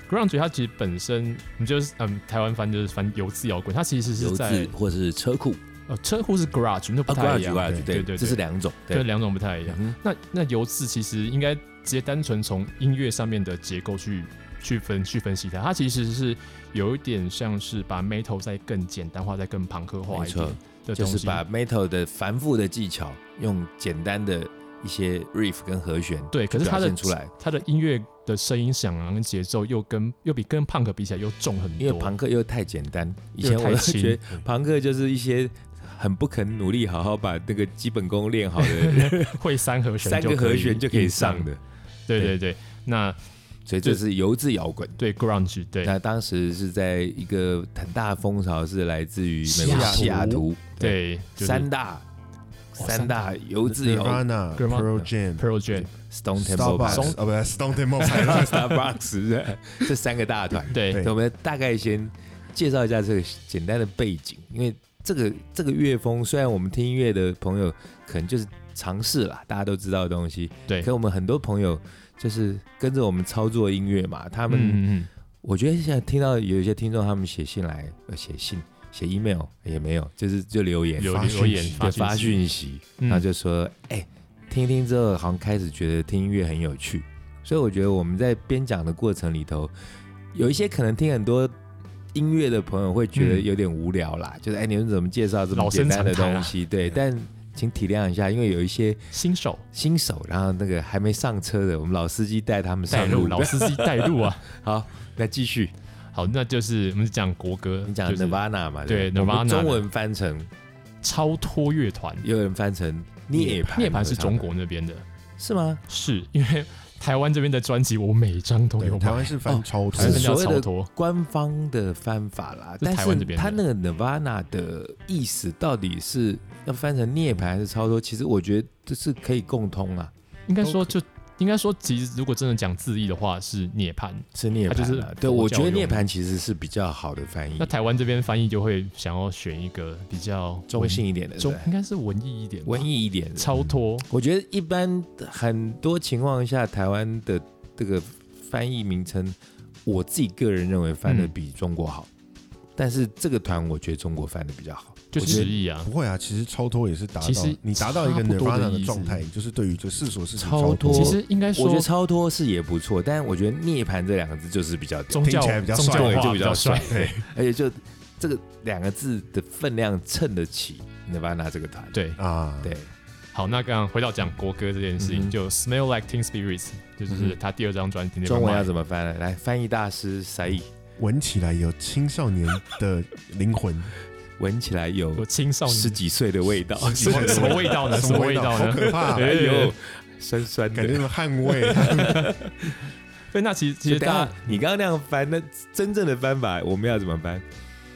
C: grunge 它其实本身你就是嗯台嗯湾翻就是翻油渍摇滚，它其实是
B: 油渍
C: 在
B: 或是车库
C: 呃车库是 garage，那
B: 啊
C: 不太
B: ，garage
C: 一样，
B: garage
C: 对对
B: 这是两种。
C: 就
B: 对，
C: 两种不太一样。
B: 嗯
C: 那那油渍其实应该直接单纯从音乐上面的结构去去分去分析它，它其实是有一点像是把 metal 再更简单化、再更朋克
B: 哼，
C: 化
B: 没
C: 一点
B: 错，
C: 的
B: 就
C: 东西，
B: 是把 metal 的繁复的技巧，用简单的一些 riff 跟和弦
C: 对，可是它
B: 表
C: 的
B: 现出来。
C: 它的音乐的声音响啊跟节奏又跟又比跟 punk 比起来又重很多，
B: 因为朋克又太简单，以
C: 又
B: 前我
C: 太
B: 都
C: 轻
B: 觉得朋克就是一些很不肯努力好好把那个基本功练好的 人
C: 会三和弦
B: 三个和弦就可以上
C: 的，
B: 的，
C: 对对对，那
B: 所以这是油质摇滚。
C: 对 grunge 对
B: 那当时是在一个很大的风潮，是来自于美
C: 西
B: 国
C: 雅图
B: 西雅图
C: 对就是
B: 三大
C: 哦
B: 三大油质摇滚
A: Nirvana、
C: Grandma-
A: Pearl Jam、
C: Pearl Jam
B: Stone Temple
A: Starbucks 啊，不是 Stone Temple Pilots
B: Starbucks 这三个大团。
C: 对
A: 对
B: 我们大概先介绍一下这个简单的背景，因为这个这个乐风，虽然我们听音乐的朋友可能就是尝试啦，大家都知道的东西，
C: 对，
B: 可我们很多朋友就是跟着我们操作音乐嘛，他
C: 他
B: 们、
C: 嗯嗯
B: 我觉得现在听到有一些听众他们写信来，呃，写信写 email 也没有，就是就留言
C: 嗯有
A: 发
C: 有
A: 讯
C: 演
A: 息
B: 就
C: 发
B: 发
C: 息，
B: 讯息，
C: 嗯
B: 然后就说，哎、听一听之后，好像开始觉得听音乐很有趣，所以我觉得我们在编讲的过程里头，有一些可能听很多音乐的朋友会觉得
C: 嗯
B: 有点无聊啦，就是哎、你们怎么介绍这么
C: 老
B: 简
C: 生
B: 单的
C: 常谈啊
B: 东 西？对，但请体谅一下，因为有一些
C: 新手
B: 新手，然后那个还没上车的，我们老司机带他们
C: 带
B: 上
C: 路
B: 路。
C: 老司机带路啊，
B: 好，那继续，
C: 好，那就是我们讲国歌，
B: 你讲
C: 就是
B: Nirvana 嘛？
C: 对
B: 我们
C: Nirvana
B: 中文翻成，
C: 超脱乐团，
B: 也有人翻成涅槃合唱团。
C: 涅槃是中国那边的，
B: 是吗？
C: 是因为台湾这边的专辑我每张都有
A: 对，
C: 买，
A: 台湾是翻
B: 哦
A: 超
C: 台
A: 脱
C: 湾
B: 是
C: 是叫
B: 所谓的
C: 超脱，
B: 官方的翻法啦，
C: 是
B: 但
C: 台湾这边的
B: 他那个 Nirvana 的意思到底是要翻成涅槃还是超脱？其实我觉得这是可以共通啦。啊
C: 应该说就应该说，其实如果真的讲字义的话，是涅槃。
B: 是涅槃、啊，
C: 它就是
B: 对我
C: 佛教
B: 觉得
C: 用
B: 涅
C: 的
B: 槃其实是比较好的翻译
C: 那，台湾这边翻译就会想要选一个比较
B: 中
C: 文
B: 性一点的，
C: 中
B: 对
C: 应该是文艺一点吧，
B: 文艺一点的。
C: 超脱。
B: 我觉得一般很多情况下，台湾的这个翻译名称，我自己个人认为翻的
C: 嗯
B: 比中国好，但是这个团我觉得中国翻的比较好，
C: 就
B: 我
C: 直
B: 觉得
C: 译啊
A: 不，会啊，其实超脱也是达
C: 其
A: 到
C: 实
A: 你达到一个
C: 差不多的
A: nirvana
C: 意
A: 的
C: 思
A: 状态，就是对于这世俗事情
B: 超
A: 脱，
B: 脱
C: 其实应该
B: 我觉
C: 说
B: 得超脱是也不错，但是我觉得涅槃这两个字就是比较屌
C: 宗教
A: 听起来比较
C: 宗
A: 帅
C: 教
B: 对
C: 化
B: 就比较
C: 帅。
A: 对，
B: 而且就这个两个字的分量衬得起 Nirvana 这个团。
C: 对，
A: 啊，
B: 对，
C: 好，那刚刚回到讲国歌这件事
B: 嗯
C: 情，
B: 哼
C: 就 Smell Like Teen Spirits，就
B: 嗯
C: 是
B: 哼
C: 他第二张专辑。
B: 中文要怎么翻呢？来，翻译大师塞意，
A: 闻起来有青少年的灵 魂，
B: 闻起来有
C: 有青少
B: 十
C: 年
B: 几岁的味道，
C: 什么什么味道呢？
A: 什
C: 哦什
A: 么
C: 么
A: 味
C: 味
A: 道
C: 道
A: 好
C: 呢？
A: 可 怕
B: 哎
A: 啊，
B: 呦，酸酸
A: 感觉
B: 的
A: 那。种汗味。
C: 对，那其实其实
B: 等一
C: 大
B: 下
C: 家，
B: 你刚刚那样翻，那真正的翻法我们要怎么翻？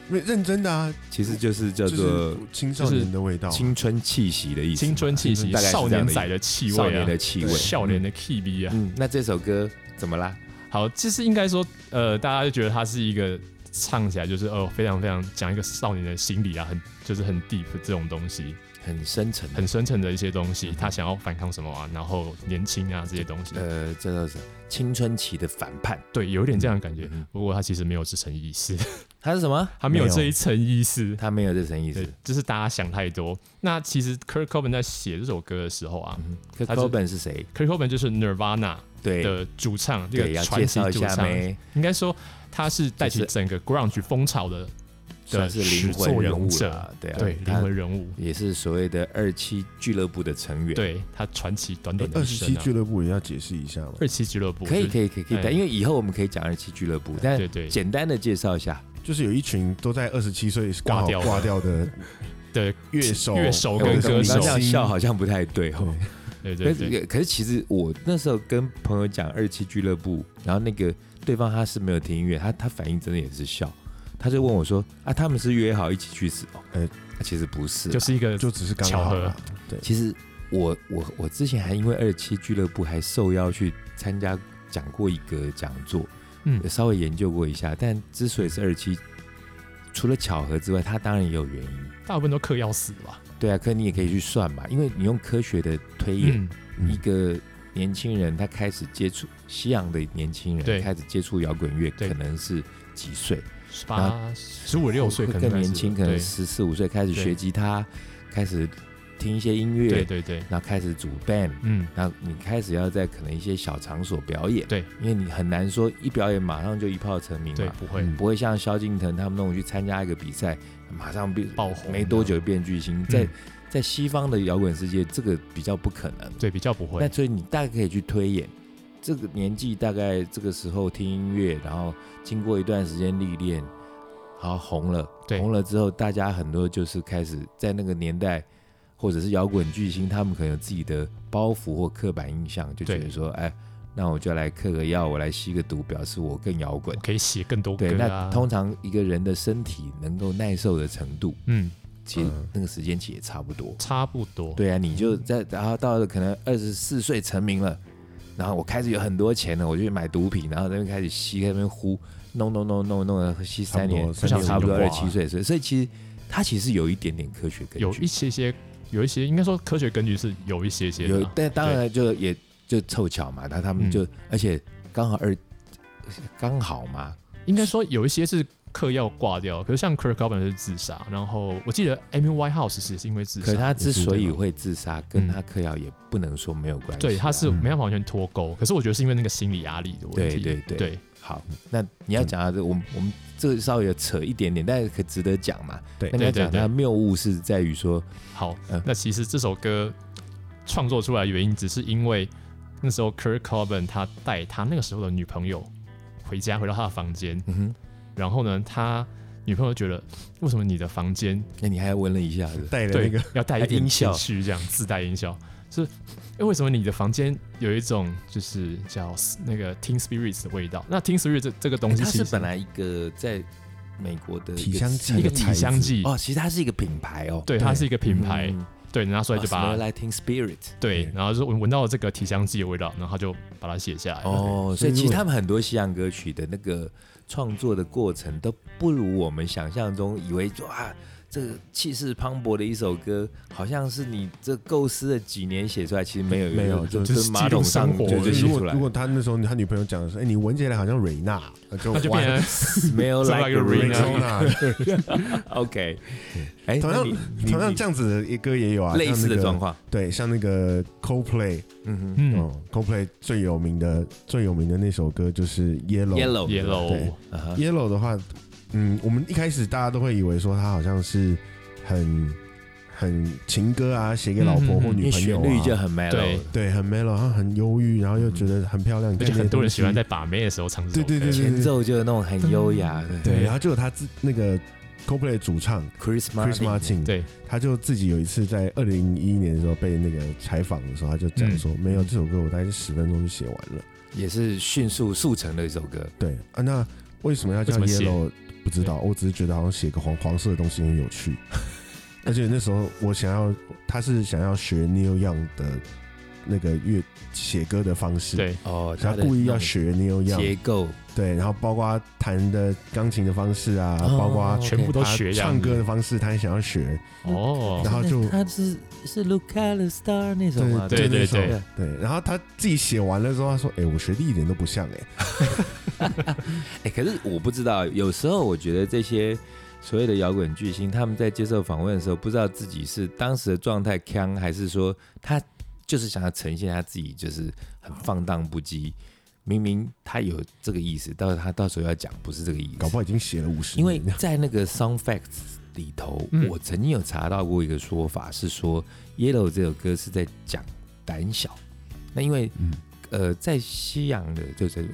A: 没认真的啊，
B: 其实就是叫
A: 就是
B: 做
A: 青少年的味道，
B: 青春气息的意思嘛，
C: 青春气息、
B: 大概是
C: 少
B: 这样
C: 年
B: 的意思
C: 仔的气
B: 少
C: 味
B: 年
C: 啊
B: 的，气味，
C: 少年的 K B 啊。
B: 嗯。嗯，那这首歌怎么啦？
C: 好，其实应该说，呃，大家就觉得它是一个唱起来就是哦，非常非常讲一个少年的心理啊，很就是很 deep 这种东西，
B: 很深沉啊的，
C: 很深沉的一些东西，他想要反抗什么啊，然后年轻啊这些东西，
B: 呃，这叫什么？青春期的反叛，
C: 对，有一点这样的感觉
B: 嗯。
C: 不过他其实没有这层意思，
B: 它是什么？
C: 他没有这一层意思。
B: 他没有这层意思嗯
C: 对。，就是大家想太多。那其实 Kurt Cobain 在写这首歌的时候啊、
B: 可
C: 它是
B: 高本是谁？
C: k u r t Cobain 就是 Nirvana
B: 对
C: 的主唱，这
B: 对，
C: 个
B: 要
C: 传
B: 介
C: 奇
B: 绍一
C: 主
B: 下
C: 唱，
B: 没？
C: 应该说他是带起
B: 就是
C: 整个 grunge 风潮的
B: 算
C: 的
B: 是灵魂人物
C: 始作俑
B: 了
C: 者，
B: 对啊，
C: 对灵
B: 他
C: 魂人物，
B: 也是所谓的二期俱乐部的成员。，
C: 对他传奇短
B: 哎
C: 短的
A: 二
C: 一
A: 十七
C: 生啊。
A: 俱乐部也要解释一下嘛。
C: 二期俱乐部
B: 可以
C: 就
B: 可以可以可以，
C: 哎
B: 但因为以后我们可以讲二期俱乐部，但
C: 对对
B: 简单的介绍一下，
A: 就是有一群都在二十七岁刚好
C: 挂掉的
A: 挂掉的
C: 对
A: 乐手，
C: 乐手
B: 哎
C: 跟
B: 我
C: 歌
B: 刚刚这
C: 手
B: 样，笑好像不太对哦。
A: 对
C: 对
B: 可
C: 对对，
B: 是可是其实我那时候跟朋友讲二期俱乐部，然后那个对方他是没有听音乐，他他反应真的也是笑，他就问我说啊，他们是约好一起去死哦？
A: 哎
B: 呃，其实不是啊，
C: 就是一个
A: 就只是刚好啊啦
C: 巧
B: 其实我我我之前还因为二期俱乐部还受邀去参加讲过一个讲座，
C: 嗯
B: 有稍微研究过一下。但之所以是二期，除了巧合之外，它当然也有原因。
C: 大部分都嗑药死吧。
B: 对啊，可你也可以去算嘛，因为你用科学的推演，
C: 嗯，
B: 一个年轻人他开始接触西洋的年轻人
C: 对
B: 开始接触摇滚乐，
C: 对
B: 可能是几岁？
C: 十八、十五六岁
B: 会
C: 可能
B: 更
C: 开始
B: 年轻，
C: 了
B: 可能
C: 对
B: 十四五岁开始
C: 对
B: 学吉他，开始听一些音乐，
C: 对对对，
B: 然后开始组 band。
C: 嗯，
B: 那你开始要在可能一些小场所表演，
C: 对，
B: 因为你很难说一表演马上就一炮成名
C: 对，
B: 嘛，
C: 不会
A: 嗯
B: 不会像萧敬腾他们那种去参加一个比赛，马上变
C: 爆红
B: 没多久就变巨星，
C: 嗯
B: 在在西方的摇滚世界，这个比较不可能。
C: 对比较不
B: 那
C: 会，
B: 所以你大概可以去推演，这个年纪大概这个时候听音乐，然后经过一段时间历练，好红了，
C: 对
B: 红了之后，大家很多就是开始在那个年代，或者是摇滚巨星，他们可能有自己的包袱或刻板印象，就觉得
C: 对
B: 说，哎，那我就来嗑个药，我来吸个毒，表示我更摇滚
C: 我。可以写更多歌
B: 对，
C: 啊
B: 那。通常一个人的身体能够耐受的程度，
C: 嗯，
B: 其实
A: 嗯
B: 那个时间其实也差不多。
C: 差不多。
B: 对啊，你就在然后到了可能二十四岁成名了，然后我开始有很多钱了，我就去买毒品，然后在那边开始吸，在那边呼，弄弄弄弄弄了吸三年，
A: 差不多
B: 像差不多
C: 三
B: 二
C: 年
B: 十七岁，所以所以其实它其实有一点点科学根
C: 有一
B: 据，
C: 些些，有一些应该说科学根据是有一些些的啊、
B: 但当然就也就凑巧嘛，他他们就、而且刚好二刚好嘛，
C: 应该说有一些是嗑药挂掉，可是像 Kurt Cobain 是自杀，然后我记得 Amy Winehouse 也是因为自
B: 可
C: 杀，
B: 他之所以会自杀，跟
C: 嗯
B: 他嗑药也不能说没有关系啊、
C: 对，他是
A: 嗯
C: 没办法完全脱钩，可是我觉得是因为那个心理压力的问
B: 对
C: 题，
B: 对对
C: 对
B: 好，那你要讲到这，我们我们这个稍微有扯一点点，但是可值得讲嘛。
A: 对
B: 那你要
C: 对对
B: 讲它的谬误是在于说，
C: 好，
B: 嗯
C: 那其实这首歌创作出来的原因，只是因为那时候 Kurt Cobain 他带他那个时候的女朋友回家，回到他的房间，
B: 嗯哼，
C: 然后呢，他女朋友觉得为什么你的房间
B: 那你还问了一下子，
A: 带的那
C: 对
A: 个，
C: 要带一
B: 还
C: 点
B: 音效
C: 情绪，这样自带音效。是，哎，为什么你的房间有一种就是叫那个 Teen Spirits 的味道？那 Teen Spirits 这这个东西
B: 它
C: 其
B: 是
C: 实
B: 本来一个在美国的一个
A: 体香剂
C: 一个
A: 的
C: 体
A: 牌
C: 香
A: 子
C: 剂，
B: 哦，其实它是一个品牌哦，
C: 对，
A: 对
C: 它是一个品牌。
B: 嗯
C: 对，然后所以就把它
B: Smell Lighting Spirit。
C: 对，然后就闻闻到了这个体香剂的味道，然后他就把它写下来了。
B: 哦，所
A: 所以
B: 以
A: 如
B: 其实
A: 果
B: 他们很多西洋歌曲的那个创作的过程，都不如我们想象中以为哇，这个气势磅礴的一首歌，好像是你这构思了几年写出来，其实没有
A: 没有
B: 就
C: 就是
B: 是马桶上
C: 记录生活
A: 就
B: 就就是写
A: 如
B: 出
A: 果
B: 来
A: 如，果他那时候他女朋友讲的是，哎、你闻起来好像蕊娜，那就
C: 那就
A: 哇
C: 变成
B: 没有
C: Like
B: like
C: a
B: a
C: Rain
B: rain
C: 啊
A: Rihanna
B: OK，哎，
A: 同
B: 那
A: 样
B: 你你
A: 同样这样子的一歌也有啊，
B: 类似
A: 像那
B: 的
A: 个
B: 状况，
A: 对，像那个 Coldplay，
B: 嗯哼
C: 嗯
A: 嗯，Coldplay 最有名的最有名的那首歌就是
B: ，Yellow
C: ，yellow
A: 对
B: Yellow，
A: Yellow 的话，嗯，我们一开始大家都会以为说他好像是很很情歌啊，写给老婆或
C: 嗯嗯
B: 因
C: 嗯
B: 为
A: 女朋友
B: 旋
A: 啊，
B: 律就很 mellow
C: 对
B: 了。
A: 对，很 mellow，然后很忧郁，然后又觉得很漂亮，
C: 嗯而
A: 而
C: 且很多人喜欢在把妹的时候唱这首歌。
A: 对对对
B: 前奏就有那种很优雅的，
A: 对，然后就有他自那个 Coldplay 的主唱
B: Chris
A: Chris
B: Martin，
A: Martin，
C: 对
A: 他就自己有一次在二零零一年的时候被那个采访的时候，他就讲
C: 嗯
A: 说，没有这首歌我大概是十分钟就写完了，
B: 也是迅速速成的一首歌。
A: 对啊，那为什么要叫
C: 为什么写
A: Yellow？不知道，我只是觉得好像写个黄黄色的东西很有 趣，而且那时候我想要，他是想要学 Neil Young 的那个乐写歌的方式，，
C: 对
B: 哦，
A: 他
B: 的
A: 故意要
B: 那种
A: 学 Neil Young，
B: 结构，
A: 对，然后包括弹的钢琴的方式啊，
B: 哦
A: 包括
C: 全部都
A: 他
C: 学这样
A: 唱
C: 子
A: 歌的方式，他也想要学，
C: 哦
A: 然，后就
B: 他是是 Look at the Star 那首吗？
C: 对
A: 就那
B: 对
C: 对
A: 首
C: 对
A: 对，然后他自己写完了之后，他说：“哎、我学的一点都不像哎、
B: 哎，可是我不知道，有时候我觉得这些所谓的摇滚巨星，他们在接受访问的时候，不知道自己是当时的状态腔，还是说他就是想要呈现他自己，就是很放荡不羁。明明他有这个意思，但是他到时候要讲不是这个意思，
A: 搞不好已经写了五十
B: 因为
A: 年。”
B: 在那个 Song Facts 里头，
C: 嗯
B: 我曾经有查到过一个说法，是说 Yellow 这首歌是在讲胆小。那因为
A: 嗯，
B: 呃，在西洋的就是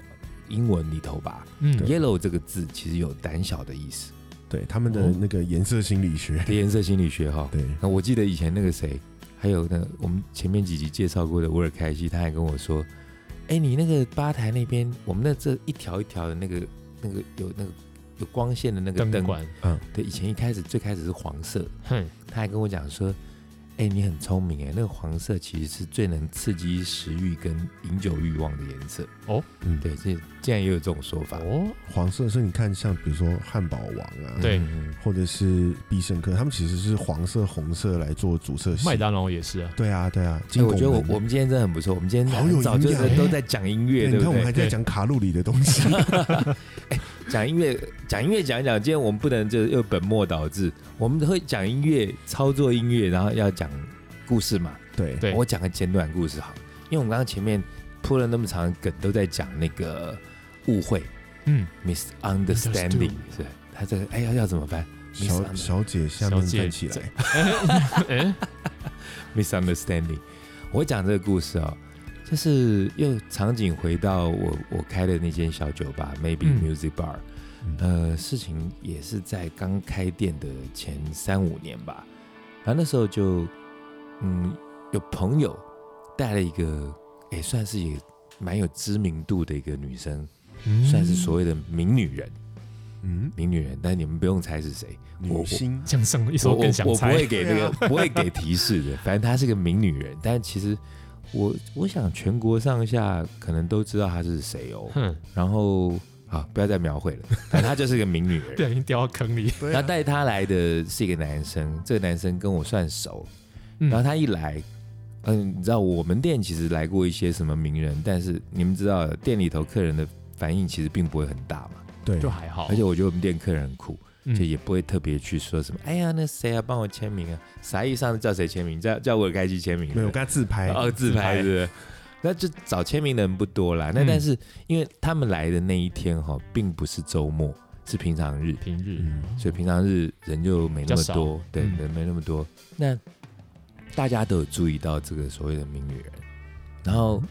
B: 英文里头吧
C: 嗯，
B: ，Yellow 这个字其实有胆小的意思，
A: 对，他们的那个颜色心理学，
B: 的颜色心理学哈。
A: 对，
B: 那我记得以前那个谁，还有那个我们前面几集介绍过的威尔开西，他还跟我说：“哎、你那个吧台那边，我们那这一条一条的那个那个有那个有光线的那个
C: 灯
B: 灯
C: 管，
B: 对，以前一开始最开始是黄色，
C: 哼，
B: 他还跟我讲说：“哎、你很聪明哎，那个黄色其实是最能刺激食欲跟饮酒欲望的颜色。”
A: 嗯，
B: 对，这竟然也有这种说法。
C: 哦，
A: 黄色，所以你看，像比如说汉堡王啊，
C: 对
B: 嗯
A: 或者是必胜客，他们其实是黄色、红色来做主色系。
C: 麦当劳也是啊，
A: 对啊，对啊，
B: 哎
A: 金
B: 我
A: 拱
B: 觉得我
A: 门
B: 我们今天真的很不错，我们今天
A: 好有
B: 很早
A: 营
B: 就
A: 养哎
B: 是都在讲音乐，
A: 对，你
B: 对
A: 看
B: 不
A: 我们还
B: 对？
A: 在
C: 对
A: 讲卡路里的东 西，
B: 讲音乐，讲音乐，讲一讲。今天我们不能就又本末倒置，我们会讲音乐，操作音乐，然后要讲故事嘛。
A: 对
C: 对
B: 我讲个简短故事好了，因为我们刚刚前面铺了那么长的梗，都在讲那个误会。
C: 嗯，
B: misunderstanding，是他这个哎要要怎么办
A: 小
B: Miss
A: 小姐下
C: 小
A: 面
C: 姐
A: 站起来，
C: 哎，
B: ？misunderstanding，我讲这个故事哦，就是又场景回到我我开的那间小酒吧，maybe
C: 嗯
B: music bar，、呃，事情也是在刚开店的前三五年吧，然后那时候就嗯有朋友带了一个，也算是也蛮有知名度的一个女生，
C: 嗯
B: 算是所谓的名女人，
A: 嗯，
B: 名女人，但你们不用猜是谁。
A: 女 星
C: 像上一
B: 我
C: 首
B: 我
C: 更想
B: 我不
C: 猜
B: 会，给那个、不会给提示的，反正她是个名女人，但其实我我想全国上下可能都知道她是谁哦。
C: 哼，
B: 然后啊，不要再描绘了，反正她就是个名女
C: 不
B: 人。
C: 小心掉到坑里，
A: 对
B: 然
A: 啊
B: 后带她来的是一个男生，这个男生跟我算熟，
C: 嗯
B: 然后他一来。嗯，你知道我们店其实来过一些什么名人，但是你们知道店里头客人的反应其实并不会很大嘛。
A: 对
C: 就，还好，
B: 而且我觉得我们店客人很酷，
C: 嗯
B: 就也不会特别去说什么，哎呀，那谁啊，帮我签名啊？啥意思上次叫谁签名？叫叫我开机签名的？
A: 没有，我跟她自拍，
B: 哦，自拍是不是？那就找签名的人不多啦。那
C: 嗯
B: 但是因为他们来的那一天哈、并不是周末，是平常日，
C: 平日，
A: 嗯，
B: 所以平常日人就没那么
C: 比较
B: 多
C: 少，
B: 对，
C: 嗯
B: 人没那么多。那大家都有注意到这个所谓的名女人，然
C: 嗯
B: 后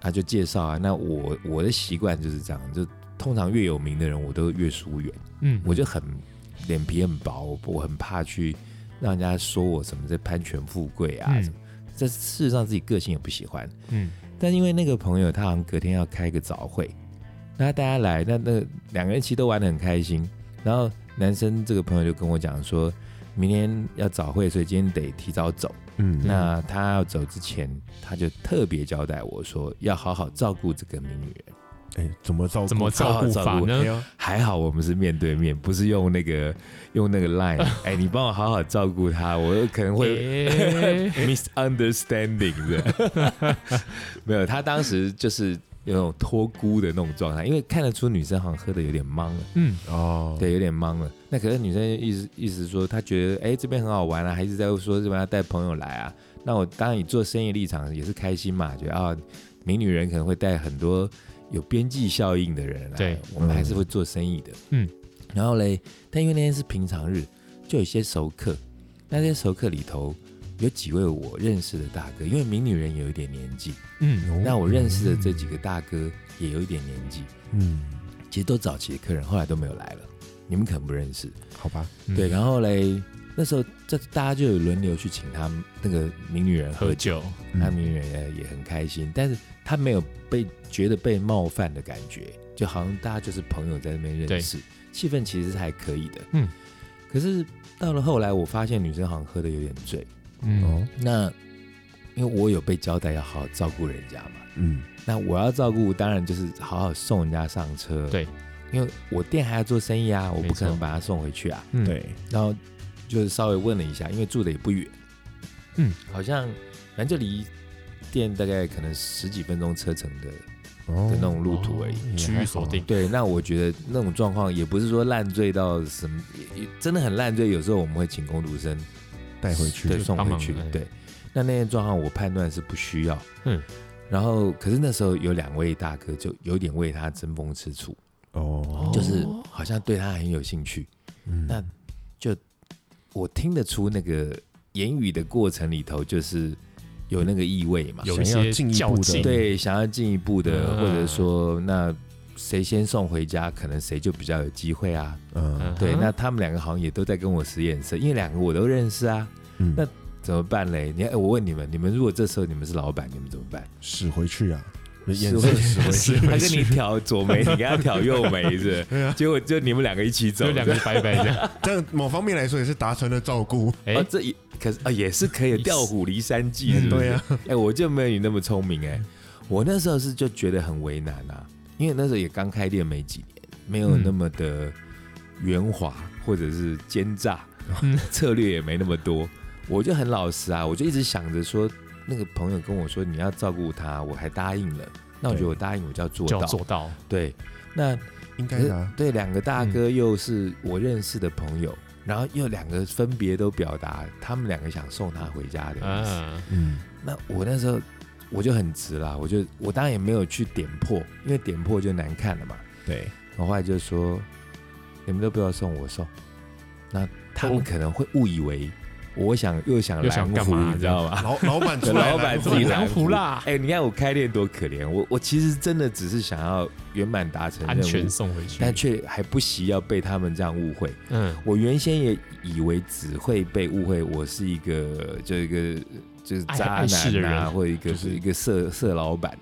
B: 他就介绍啊，那我我的习惯就是这样，就通常越有名的人，我都越疏远。
C: 嗯，
B: 我就很脸皮很薄，我我很怕去让人家说我什么在攀权富贵啊、
C: 嗯
B: 什么。这事实上自己个性也不喜欢，
C: 嗯
B: 但因为那个朋友他好像隔天要开个早会，那大家来，那那两个人其实都玩的很开心。然后男生这个朋友就跟我讲说，明天要早会，所以今天得提早走。
A: 嗯，
B: 那他要走之前，他就特别交代我说，要好好照顾这个名女人。
A: 哎，怎么照顾？
C: 怎么照顾法呢
A: 哎？呦
B: 还好我们是面对面，不是用那个用那个 line。哎、你帮我好好照顾她，我可能会
C: 诶
B: misunderstanding 的， 没有，他当时就是有那种托孤的那种状态，因为看得出女生好像喝的有点懵了，
C: 嗯，
A: 哦，，
B: 对，有点懵了。那可是女生意思意思说，她觉得哎、这边很好玩啊，还是在说这边要带朋友来啊。那我当然以做生意立场也是开心嘛，觉得啊，名女人可能会带很多有边际效应的人来，
C: 对，
B: 我们还是会做生意的，
C: 嗯。
B: 然后嘞，但因为那天是平常日，就有一些熟客，那些熟客里头有几位我认识的大哥，因为名女人有一点年纪，
C: 嗯，
B: 那我认识的这几个大哥也有一点年纪，
A: 嗯，
B: 其实都早期的客人，后来都没有来了，你们可能不认识。
A: 好吧，
C: 嗯
B: 对，然后嘞，那时候这大家就有轮流去请他们那个名女人喝
C: 喝
B: 酒，
C: 酒，
A: 嗯
B: 那名女人也也很开心，但是她没有被觉得被冒犯的感觉，就好像大家就是朋友在那边认识，气氛其实是还可以的。
C: 嗯，
B: 可是到了后来，我发现女生好像喝的有点醉，
C: 嗯，
A: 哦，
B: 那因为我有被交代要好好照顾人家嘛，
A: 嗯，
B: 那我要照顾，当然就是好好送人家上车。
C: 对，
B: 因为我店还要做生意啊，我
C: 没
B: 不可
C: 错
B: 能把他送回去啊。
C: 嗯，
A: 对，
B: 然后就是稍微问了一下，因为住的也不远，
C: 嗯，
B: 好像反正就离店大概可能十几分钟车程的的
A: 哦
B: 那种路途而已。
C: 哦区域锁定，
B: 对，那我觉得那种状况也不是说烂醉到什么，也也真的很烂醉。有时候我们会请工读生
A: 带回去，
B: 对
C: 就
B: 送
C: 帮
B: 回
C: 忙
B: 去
C: 哎。
B: 对，那那些状况我判断是不需要。
C: 嗯，
B: 然后可是那时候有两位大哥就有点为他争风吃醋，
A: 哦，
B: 就是好像对他很有兴趣。
A: 嗯
B: 那我听得出那个言语的过程里头，就是有那个意味嘛，
C: 有一
A: 想
C: 些
A: 要进一步
C: 较
A: 的嗯
C: 劲，
B: 对，想要进一步的，
C: 嗯
B: 或者说那谁先送回家，可能谁就比较有机会啊。
C: 嗯
A: 嗯
B: 对，
C: 哼
B: 那他们两个好像也都在跟我使眼色，因为两个我都认识啊，
A: 嗯，
B: 那怎么办嘞？你看，哎我问你们，你们如果这时候你们是老板，你们怎么办？
A: 使回去啊，眼色
B: 使回
A: 使 回去，
C: 是
B: 他
C: 回
B: 跟你
C: 去，
B: 挑左 眉，你跟他挑右眉是不是，结果就你们两个一起走
C: 就，两个拜拜的，
A: 这样某方面来说也是达成了照顾，
C: 哎
B: 哦，，这也可是啊，也是可以
C: 一嗯
B: 调虎离山计，是不是？
A: 对啊，
B: 哎、我就没有你那么聪明哎、我那时候是就觉得很为难啊，因为那时候也刚开店没几年，没
C: 嗯
B: 有那么的圆滑或者是奸诈，
C: 嗯
B: 策略也没那么多，我就很老实啊，我就一直想着说，那个朋友跟我说你要照顾他，我还答应了，那我觉得
A: 对
B: 我答应我就要做
C: 就
B: 到，
C: 要做到，
B: 对，那
A: 应该
B: 可是
A: 的啊，
B: 对，两个大
C: 嗯
B: 哥又是我认识的朋友，然后又两个分别都表达他们两个想送他回家的意思。
C: 嗯，
A: 嗯，
B: 那我那时候我就很直啦，我就我当然也没有去点破，因为点破就难看了嘛。
A: 对，
B: 我后来就说，你们都不要送我送，那他们可能会误以为我想又想
C: 哦又想
B: 拦
C: 干
B: 胡
C: 嘛
B: 你知道吗？
A: 老老板出来
B: 老
A: 了，
B: 板自
C: 怎
B: 己
C: 么
B: 拦
C: 拦
B: 胡
C: 胡啦
B: 哎、你看我开店多可怜，我我其实真的只是想要圆满达成
C: 安
B: 任
C: 全
B: 务，
C: 送回去，
B: 但却还不惜要被他们这样误会。
C: 嗯，
B: 我原先也以为只会被误会我是一个就一个就是
C: 爱
B: 渣
C: 爱世的
B: 男啊，
C: 人
B: 或者一个、
A: 就是
B: 一个色色老板。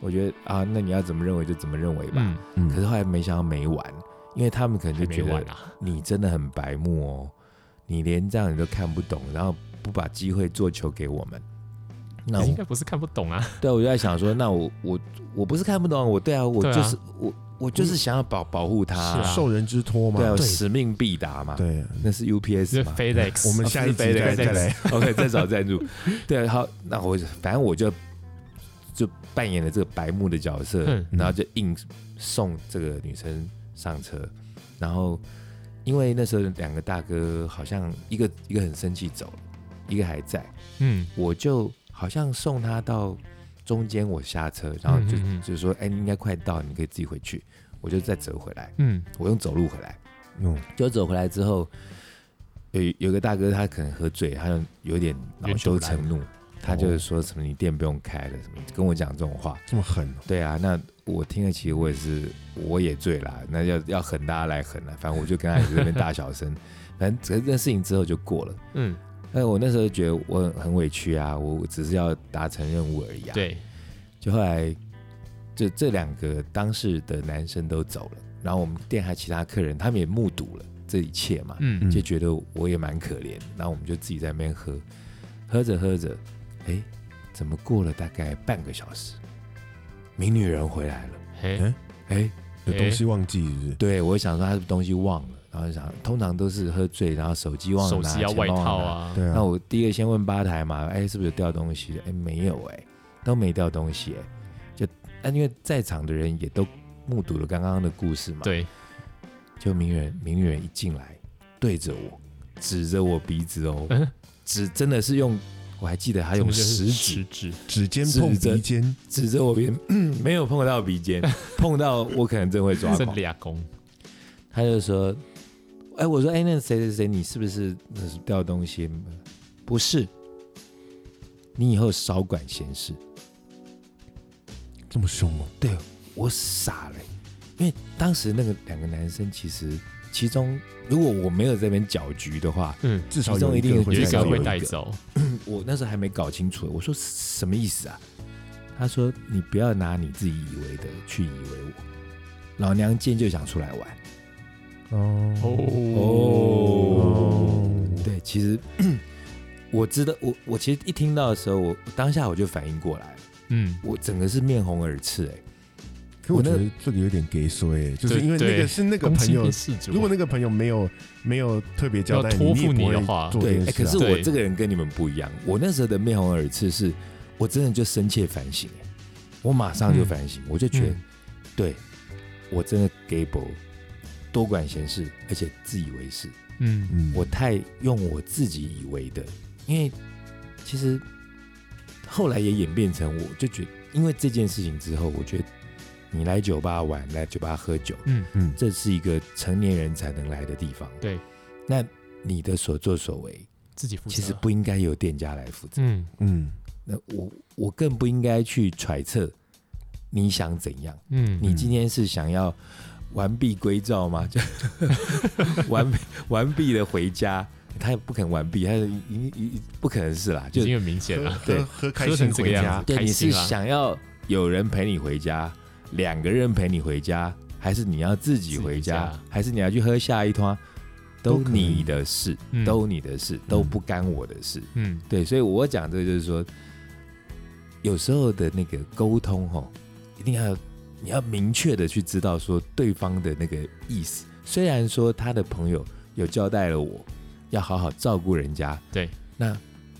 B: 我觉得啊，那你要怎么认为就怎么认为吧。
C: 嗯，
A: 嗯
B: 可是后来没想到没完，因为他们可能
C: 还
B: 就
C: 没
B: 觉
C: 完
B: 得
C: 啊，
B: 你真的很白目哦，你连这样你都看不懂，然后不把机会做球给我们。那我
C: 应该不是看不懂啊，
B: 对，我就在想说，那我我我不是看不懂，我对啊，我
C: 对啊嗯
B: 就是、我我就是想要保保护他、
C: 是啊
A: 受人之托嘛
B: 对，啊，
C: 对
B: 使命必达嘛。
A: 对，啊
B: 那是
C: 就是
B: UPS 嘛？
C: FedEx，
B: 哦
A: 我们下一集再再来，
B: OK，再找赞 助。对，啊好，那我反正我就就扮演了这个白目的角色，
C: 嗯
B: 然后就硬送这个女生上车。然后因为那时候两个大哥好像一个一个很生气走了，一个还在，
C: 嗯，
B: 我就好像送他到中间，我下车，然后就
C: 嗯嗯嗯
B: 就说，哎、你应该快到，你可以自己回去。我就再折回来，
C: 嗯
B: 我用走路回来。
A: 嗯，
B: 就走回来之后，有有个大哥他可能喝醉，他就有点恼羞成怒，他就是说什么你店不用开了，什么跟我讲这种话。
A: 这么狠哦，
B: 对啊，那我听了其实我也是我也醉啦，那要要狠大家来狠了，反正我就跟他也是这边大小声， 反正这件事情之后就过了。
C: 嗯，
B: 但我那时候觉得我很很委屈啊，我我只是要达成任务而已啊。，
C: 对，
B: 就后来就这两个当事的男生都走了，然后我们店还有其他客人他们也目睹了。这一切嘛，
C: 嗯
A: 嗯
B: 就觉得我也蛮可怜，然后我们就自己在那边喝，喝着喝着，哎，怎么过了大概半个小时，名女人回来了，
C: 嘿
A: 哎，
B: 哎，
A: 有东西忘记是不是？
B: 对我想说她是不是东西忘了，然后想通常都是喝醉，然后手机忘了
C: 手
B: 拿，
C: 机要
B: 钱
C: 外
B: 包忘了
C: 套
B: 拿。
C: 啊，
A: 对
B: 那
A: 啊，
B: 我第一个先问吧台嘛，哎，是不是有掉东西？哎，没有哎、都没掉东西哎、就那因为在场的人也都目睹了刚刚的故事嘛，，
C: 对，
B: 就名人名人一进来，对着我，指着我鼻子哦，
C: 嗯
B: 指真的是用，我还记得他
C: 真
B: 用
C: 的就是
B: 食指
C: 食指，
A: 指尖碰
B: 指着
A: 鼻尖，
B: 指着我鼻子，嗯没有碰到鼻 尖，碰到我可能真会抓
C: 这
B: 狂。
C: 俩公，
B: 他就说，哎，我说哎，那谁谁谁，你是不是那是掉东西？不是，你以后少管闲事。
A: 这么凶哦、
B: 对我傻了欸、因为当时那个两个男生，其实其中如果我没有在那边搅局的话，
C: 嗯，
A: 至少
B: 其中
A: 有
B: 一定
A: 个
B: 我
C: 有
A: 会
B: 觉
C: 一
B: 得
A: 带
C: 个
A: 走
C: 会
B: 有一
C: 带
B: 个
C: 走，
B: 我那时候还没搞清楚，我说什么意思啊？他说你不要拿你自己以为的去以为我，老娘今天就想出来玩。
A: 哦，
B: 哦
A: 哦
B: 对，其实 我知道，我我其实一听到的时候，我我当下我就反应过来，
C: 嗯，
B: 我整个是面红耳赤、欸，
A: 可我觉
B: 我
A: 得这个有点给衰、就是
C: 对
A: 因为那
C: 对
A: 个是那个
C: 公
A: 朋
C: 亲
A: 友
C: 变，事主，
A: 如果那个朋友没有没有特别交代
C: 要托
A: 你，
C: 付
A: 你
C: 你
A: 也
C: 的
A: 不
C: 话
A: 会做
B: 对
A: 这，件
B: 哎、
A: 事、啊
B: 可是我
C: 对
B: 这个人跟你们不一样，我那时候的面红耳赤是，我真的就深切反省，哎我马上就反省，我就觉得，
C: 嗯
B: 对我真的 gay b 多管闲事，而且自以为是，
C: 嗯，
A: 嗯，
B: 我太用我自己以为的，因为其实后来也演变成，我就觉得，因为这件事情之后，我觉得你来酒吧玩，来酒吧喝酒，
C: 嗯，
A: 嗯
B: 这是一个成年人才能来的地方，
C: 对，
B: 那你的所作所为。
C: 自己负责，
B: 其实，不应该由店家来负责。
C: 嗯，
A: 嗯，
B: 那我我更不应该去揣测你想怎样。
C: 嗯，
B: 你今天是想要完璧归赵吗？就
C: 嗯
B: 完完璧的回家，他也不肯完璧，他一一一不可能是啦。就
C: 已经很明显了，
A: 喝
B: 对
A: 喝喝开
C: 喝
A: 心
C: 成这个
A: 回
C: 样
A: 家
C: 子，
B: 对，
C: 开
B: 你
C: 心
B: 是
C: 啦
B: 想要有人陪你回家，两个人陪你回家，还是你要自己回家，
C: 自己家
B: 还是你要去喝下一团？都
A: 都可以
B: 你的事，
C: 嗯
B: 都你的事，都不干我的事。
C: 嗯，
B: 对，所以我讲这个就是说，有时候的那个沟通吼，一定要你要明确的去知道说对方的那个意思。虽然说他的朋友有交代了我，要好好照顾人家，
C: 对，
B: 那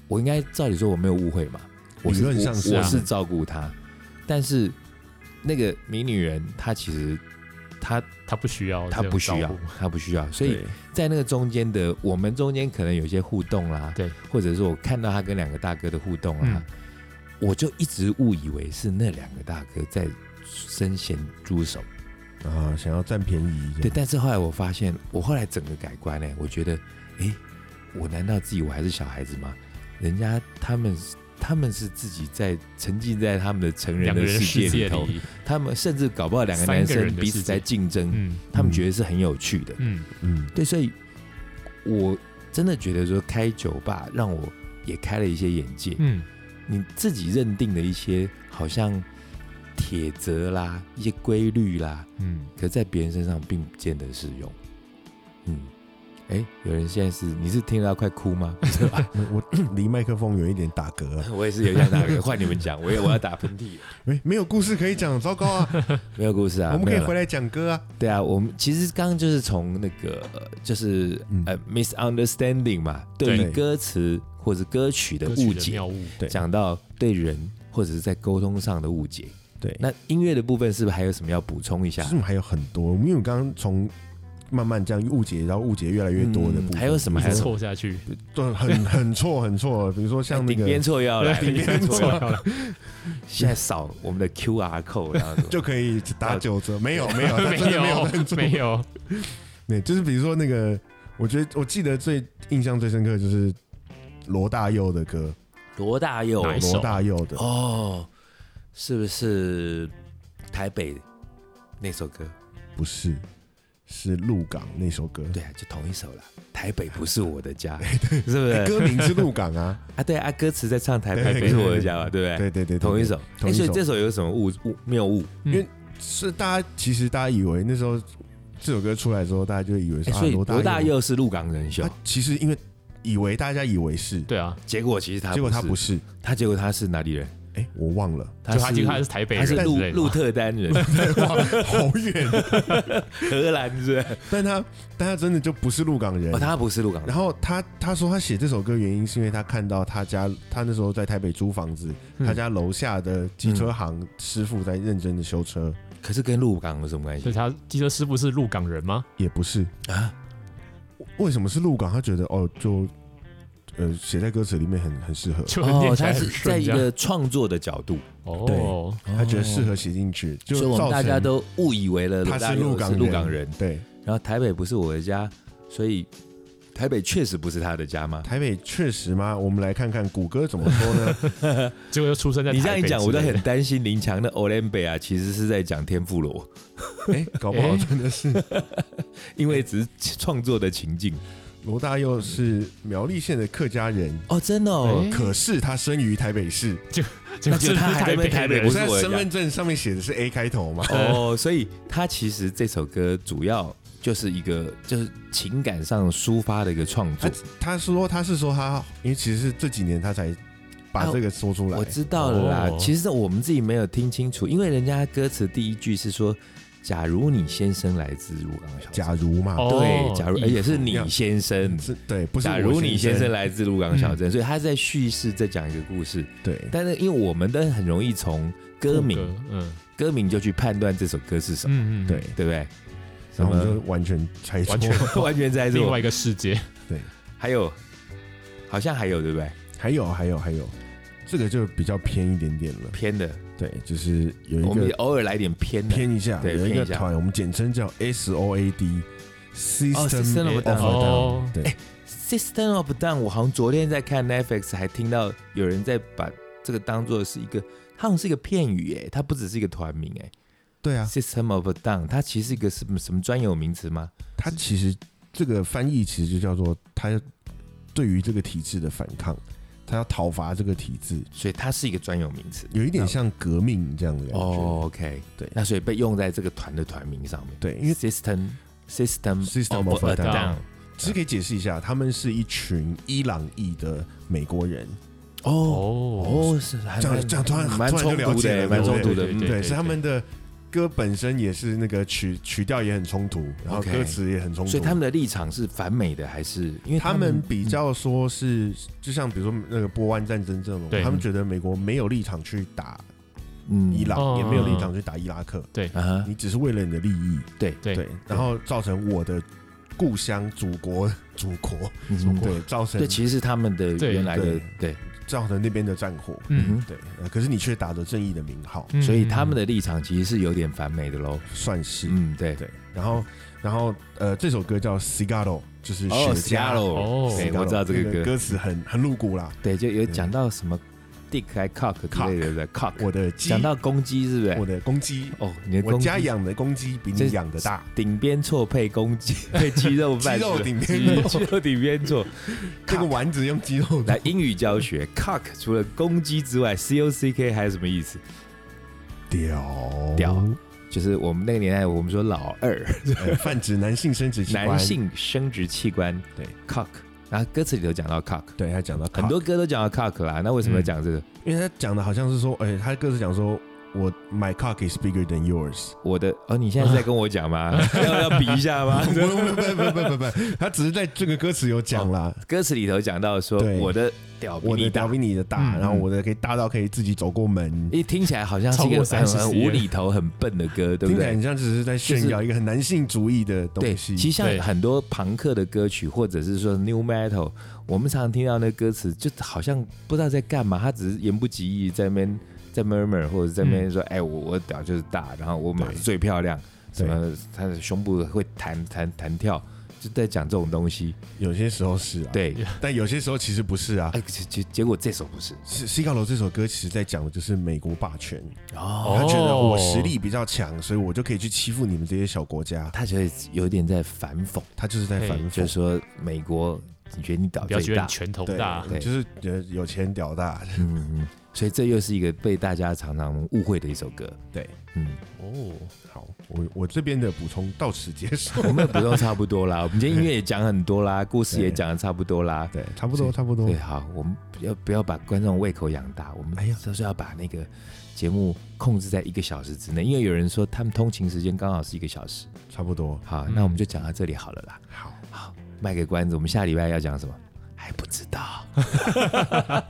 B: 我应该照理说我没有误会嘛，我是
A: 理论上是
B: 我
C: 啊
B: 我是照顾他，但是那个迷女人她其实她
C: 他不需要，
B: 她不需要，她不需要，所以
A: 对
B: 在那个中间的，我们中间可能有一些互动啦，
C: 对，嗯
B: 或者是我看到他跟两个大哥的互动啦，我就一直误以为是那两个大哥在身咸猪手，
A: 啊，想要占便宜这
B: 对，
A: 样，
B: 但是后来我发现，我后来整个改观呢、我觉得，哎，我难道自己我还是小孩子吗？人家他们他们是自己在沉浸在他们的成人
C: 两个
B: 的
C: 人
B: 世
C: 世
B: 界
C: 界
B: 里头，
C: 里，
B: 他们甚至搞不好两个
C: 三
B: 男
C: 个
B: 生
C: 人的
B: 彼
C: 世
B: 此
C: 界
B: 在竞争，
C: 嗯
B: 他们
A: 嗯
B: 觉得是很有趣的，
C: 嗯，
A: 嗯
B: 对，所以我真的觉得说开酒吧让我也开了一些眼界。
C: 嗯，
B: 你自己认定的一些好像铁则啦、一些规律啦，
C: 嗯，
B: 可在别人身上并不见得适用。嗯，哎，有人现在是你是听到快哭 吗？
A: 嗯我离麦克风远一点打嗝啊、
B: 我也是有想打嗝，换你们讲，我也我要打喷 嚏。
A: 没没有故事可以讲，糟糕啊！
B: 没有故事 啊，
A: 我们可
B: 没
A: 以
B: 有啦
A: 回来讲歌啊。
B: 对啊，我们其实刚刚就是从那个、呃、就是、
A: 嗯
B: 呃 misunderstanding 嘛，对于
A: 对
B: 歌词或者歌曲的
C: 歌曲
B: 误
C: 的
B: 解，
C: 妙物，
A: 对
B: 讲到对人或者是在沟通上的误解。
A: 对
B: 那音乐的部分是不是还有什么要补充一
A: 其
B: 下
A: 实？我们还有很多，因为我刚刚从慢慢这样误解，然后误解越来越多的部分，
B: 嗯还有什么
C: 一
B: 还有
C: 直
B: 什么
C: 错下去，
A: 对，很很错很错。比如说像那
B: 哎顶边
A: 个
B: 错要来了，
A: 对顶边错
B: 要来了
C: 要了，
B: 现在扫我们的 QR code，然后什 么
A: 就可以打九
B: 呃
A: 折， 没有没有
C: 没
A: 他真的没有
C: 有
A: 很错
C: 没有，
A: 对，就是比如说那个，我觉得我记得最印象最深刻就是罗大佑的歌，
B: 罗大佑
C: 哪一首
A: 罗大佑的
B: 哦，是不是台北那首歌？
A: 不是是鹿港那首歌，
B: 对啊，就同一首了。台北不是我的 家，是不是？
A: 哎歌名是鹿港啊，
B: 啊，对啊，歌词在唱台
A: 对
B: 北不是我的家嘛， 对不
A: 对对
B: 对？
A: 对，对
B: 同一，首。
A: 同
B: 哎
A: 一
B: 所以
A: 首
B: 这首有什么误误谬误？
A: 对是大家其实大家以为那时候这首歌出来之后，大家就以为是、
B: 欸
A: 啊
B: 所以
A: 罗
B: 罗大
A: 佑，
B: 佑是鹿港人秀
A: 他，其实因为以为大家以为是，
C: 对啊，
B: 结果其实他
A: 结果他
B: 他
A: 不，是，
B: 他结果他是哪里人？
A: 哎、我忘了，
C: 就他今天他是台北
B: 他
C: 人
B: 是
C: 之
B: 鹿
C: 类的
B: 鹿
C: 嘛，
B: 特丹人，
A: 哇，好 远，
B: 荷兰是不 是？
A: 但他但他真的就不是鹿港人
B: 哦，。他不是鹿港人
A: 然，后他他说他写这首歌原因是因为他看到他家他那时候在台北租房子，
B: 嗯
A: 他家楼下的机车行师傅在认真的修车，
B: 可是跟鹿港有什么 关
C: 所
B: 系
C: 以他机车师傅是鹿港人吗？
A: 也不是
B: 啊？
A: 为什么是鹿港？他觉得哦，就呃写在歌词里面很很适合，
C: 就
B: 哦
C: 念，起
B: 他
C: 来
B: 是
C: 很
B: 在
C: 顺
B: 一
C: 这样
B: 个创作的角度，
C: 哦，
A: 他觉得适合写进去，就
B: 所以我们
A: 造
B: 大
A: 成
B: 家都误以为了
A: 他
B: 罗
A: 是
B: 大
A: 鹿
B: 佑
A: 港
B: 是鹿港人，
A: 对
B: 然后台北不是我的家，所以台北确实不是他的家吗？
A: 台北确实吗？我们来看看谷歌怎么说呢？
C: 结果又出生在
B: 你这样一
C: 台北
B: 讲，
C: 之
B: 我都
C: 类的
B: 很担心林强的 o l y m p i 啊，其实是在讲天妇罗，
A: 哎、搞不好真的是
B: 因为只是创作的情境。
A: 罗大佑是苗栗县的客家人，
B: 哦，真的哦，
C: 哎
A: 可是他生于台北市，
C: 结果
B: 那就他
C: 是
B: 还在那 边台北
C: 人
B: 不
A: 我
B: 是
A: 在
B: 我的家
A: 身份证上面写的是 A 开头嘛？
B: 哦，所以他其实这首歌主要就是一个就是情感上抒发的一个创作
A: 他。他说他是说他，因为其实是这几年他才把
B: 啊
A: 这个说出来。
B: 我知道了啦，
C: 哦
B: 其实我们自己没有听清楚，因为人家歌词第一句是说：“假如你先生来自鹿港小镇。
A: 假如嘛，
C: 哦
B: 对，假如
C: 义
B: 而且是
A: 父
B: 你
A: 要
B: 先生，
A: 是对，不是
B: 假
A: 我
B: 如你先生嗯
A: 生
B: 来自鹿港小镇，所以他在叙事，在讲一个故事。
A: 对，
B: 但是因为我们都很容易从歌名，
C: 嗯
B: 歌名就去判断这首歌是什么，
C: 嗯嗯，
A: 对，
B: 对不对？
A: 然后我们
B: 什
A: 就完全猜错
C: 完。 全
B: 完全在
C: 另
B: 做
C: 外。一个世界，
B: 还有，好像还有对不对？
A: 还有还有还有，这个就比较偏一点点了。
B: 偏的，
A: 对，就是有
B: 我
A: 一
B: 们也
A: 个
B: 偶尔来点偏的。
A: 偏一下，
B: 对
A: 有一
B: 偏
A: 个
B: 一下
A: 团，我们简称叫 SOAD。
B: 哦 System
A: System
B: of
A: of
B: a
A: a
B: Down
C: 哦
A: Down，对，
B: 哎 System of a Down，我好像昨天在看 Netflix 还听到有人在把这个当做是一个，它好像是一个片语哎，它不只是一个团名哎。
A: 对啊，
B: System of a Down，它其实是一个什么什么专有名词吗？
A: 它其实这个翻译其实就叫做他对于这个体制的反抗，他要讨伐这个体制，
B: 所以它是一个专有名词。
A: 有一点像革命这样的感觉。
B: 哦，OK，
A: 对
B: 那所以被用在这个团的团名上面。
A: 对，因为
B: System System
A: System
B: of
A: of
B: a
A: a
B: Down
C: Down。
A: 只给解释一下，他们是一群伊朗裔的美国人，
B: 哦
C: 哦，
B: 哦，是还
A: 这样
B: 蛮
A: 这样突然
B: 蛮
A: 突然就
B: 冲
A: 了
B: 突
A: 解
B: 的，
A: 了
B: 蛮冲突
C: 对
B: 的嗯
C: 不。对
A: 对，是他们的歌本身也是那个曲曲调也很冲突，然后
B: OK
A: 歌词也很冲突，
B: 所以他们的嗯立场是反美的，还是因为
A: 他们
B: 们
A: 比较说是，就像比如说那个波湾战争这种，
C: 对
A: 他们觉得美国没有立场去打
B: 嗯
A: 伊朗，
C: 嗯
A: 也没有立场去打伊拉克，
B: 啊哈，
A: 你只是为了你的利益，
B: 对
C: 对
A: 对，然后造成我的故乡、祖国、 祖国，
B: 嗯对
A: 对，造成
B: 对，其实是他们的
C: 对
B: 原来的
A: 对
B: 对，
A: 造成那边的战火，
B: 嗯
C: 嗯，
A: 对，呃可是你却打着正义的名号，
C: 嗯
B: 所以他们的立场其实是有点反美的喽。
A: 算是
B: 嗯，对，
A: 对，然后然后呃，这首歌叫 Cigarro，就是雪
B: 哦
A: 茄
B: ，Cigarro，
C: 哦
B: 对，我知道这
A: 那
B: 个歌，
A: 歌词很很露骨啦，
B: 对，就有讲到什么 dick 还 cock 之类的对，cock，
A: 我的鸡
B: 讲到公鸡是不
A: 我
B: 是？
A: 的公鸡。
B: 哦，你的
A: 我
B: 公鸡
A: 家养的公鸡比
B: 这
A: 你养的大，
B: 顶边错配公鸡 配鸡肉
A: 鸡
B: 饭是吧，
A: 肉顶
B: 鸡
A: 边
B: 鸡肉顶边错。
A: 这个丸子用鸡肉做
B: 来英语教学，cock 除了公鸡之外，c o c k 还有什么意思？
A: 屌
B: 屌，就是我们那个年代，我们说老二，
A: 呃泛指男性生殖器官
B: 男性生殖器官，
A: 对
B: cock。然后歌词里头讲到 cock，
A: 对他讲到 cock
B: 很多，歌都讲到 cock 啦，那为什么要讲这个？
A: 因为他讲的好像是说，哎、他歌词讲说，我 my cock is bigger than yours，
B: 我的哦，你现在是在跟我 讲吗？要要比一下吗？
A: 不不不不不不，他只是在这个歌词有讲啦，
B: 歌词里头讲到说
A: 对
B: 我的屌比
A: 我的
B: 哦你
A: 屌
B: 大
A: 比，你的大，
C: 嗯
A: 然后我的可以大到可以自己走过门，
B: 一听起来好像是一个
C: 超过
B: 很
C: 30
B: 很无厘头、很笨的歌，对不
A: 听起来
B: 对？
A: 很像只是在炫耀一个很男性主义的
B: 对，
A: 东西。
B: 其实像
C: 对
B: 很多朋克的歌曲，或者是说 new metal，我们常常听到那歌词，就好像不知道在干嘛，他只是言不及义，在那边在 murmur，或者在那
A: 嗯
B: 边说，哎、我我屌就是大，然后我马
A: 对
B: 是最漂亮，什
A: 对
B: 么他的胸部会弹弹弹跳，就在讲这种东西。
A: 有些时候是啊，，
B: 对，
A: 但有些时候其实不是啊。
B: 哎，结结结果这首不是
A: 是《西高楼》这首歌，其实在讲的就是美国霸权。
B: 哦，
A: 他觉得
C: 哦
A: 我实力比较强，所以我就可以去欺负你们这些小国家。
B: 他觉得有点在反讽，
A: 他就是在反讽，
B: 就是说美国你觉得你屌
C: 不要觉
B: 最
C: 得
B: 大，
C: 你拳头
A: 对
C: 大，
B: 对
A: 就是有有钱屌大，
B: 嗯嗯，所以这又是一个被大家常常误会的一首歌。
A: 对，
B: 嗯，
C: 哦，
A: 好，我我这边的补充到此结 束。
B: 我们的补充差不多啦，我们今天音乐也讲很 多啦，故事也
A: 对
B: 讲的差不多啦。
A: 对，差不多，差不多
B: 对，。好，我们不要不要把观众胃口养大，我们
A: 哎呀
B: 就是要把那个节目控制在一个小时之内，因为有人说他们通勤时间刚好是一个小时。
A: 差不多。
B: 好，
C: 嗯
B: 那我们就讲到这里好了啦，
A: 好，
B: 卖个关子，我们下礼拜要讲什么还不知道，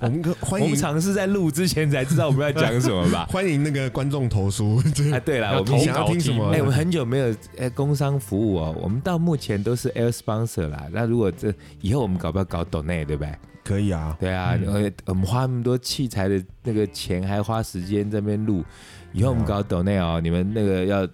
A: 我们可
B: 我
A: 欢
B: 们
A: 迎
B: 尝试在录之前才知道我们要讲什么 吧。
A: 欢迎那个观众投书， 这
B: 啊，对了，
C: 要
B: 我
C: 投
B: 们
A: 想
C: 稿
A: 要听什
C: 题目
A: 么
B: 哎、我们很久没有哎、工商服务哦，我们到目前都是 Air Sponsor 啦。那如果这以后我们搞不要搞 Donate 对不对？
A: 可以啊。
B: 对啊，
C: 嗯
B: 呃、我们花那么多器材的那个钱，还花时间在那边录，以后我们搞 Donate 哦，你们那个要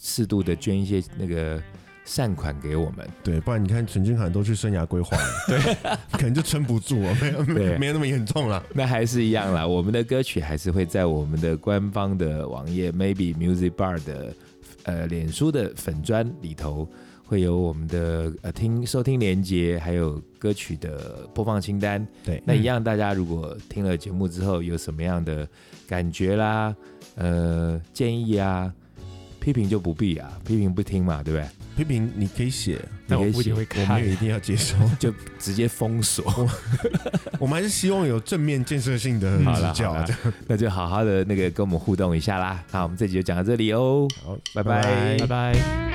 B: 适度的捐一些那个善款给我们。
A: 对，不然你看陈金涵都去生涯规划 了，对， 可能就撑不住啊，没有没
B: 对
A: 有没有那么严重了。
B: 那还是一样啦，我们的歌曲还是会在我们的官方的网页 Maybe Music Bar 的呃脸书的粉砖里头，会有我们的呃听收听连接，还有歌曲的播放清单。
A: 对，
B: 那一样，大家如果听了节目之后有什么样的感觉啦，呃建议啊，批评就不必啊，批评不听嘛，对不对？
A: 批评你可以写，
C: 但我
B: 你可以
C: 不一
B: 写
C: 定会
A: 我们
C: 看
A: 也。一定要接受。
B: 就直接封锁。
A: 我们还是希望有正面建设性的
B: 好了
A: 指
B: 好
A: 教啊
B: 了。
A: 这样，
B: 那就好好的那个跟我们互动一下啦。好，我们这集就讲到这里哦，
A: 好，
B: 拜拜
C: 拜拜。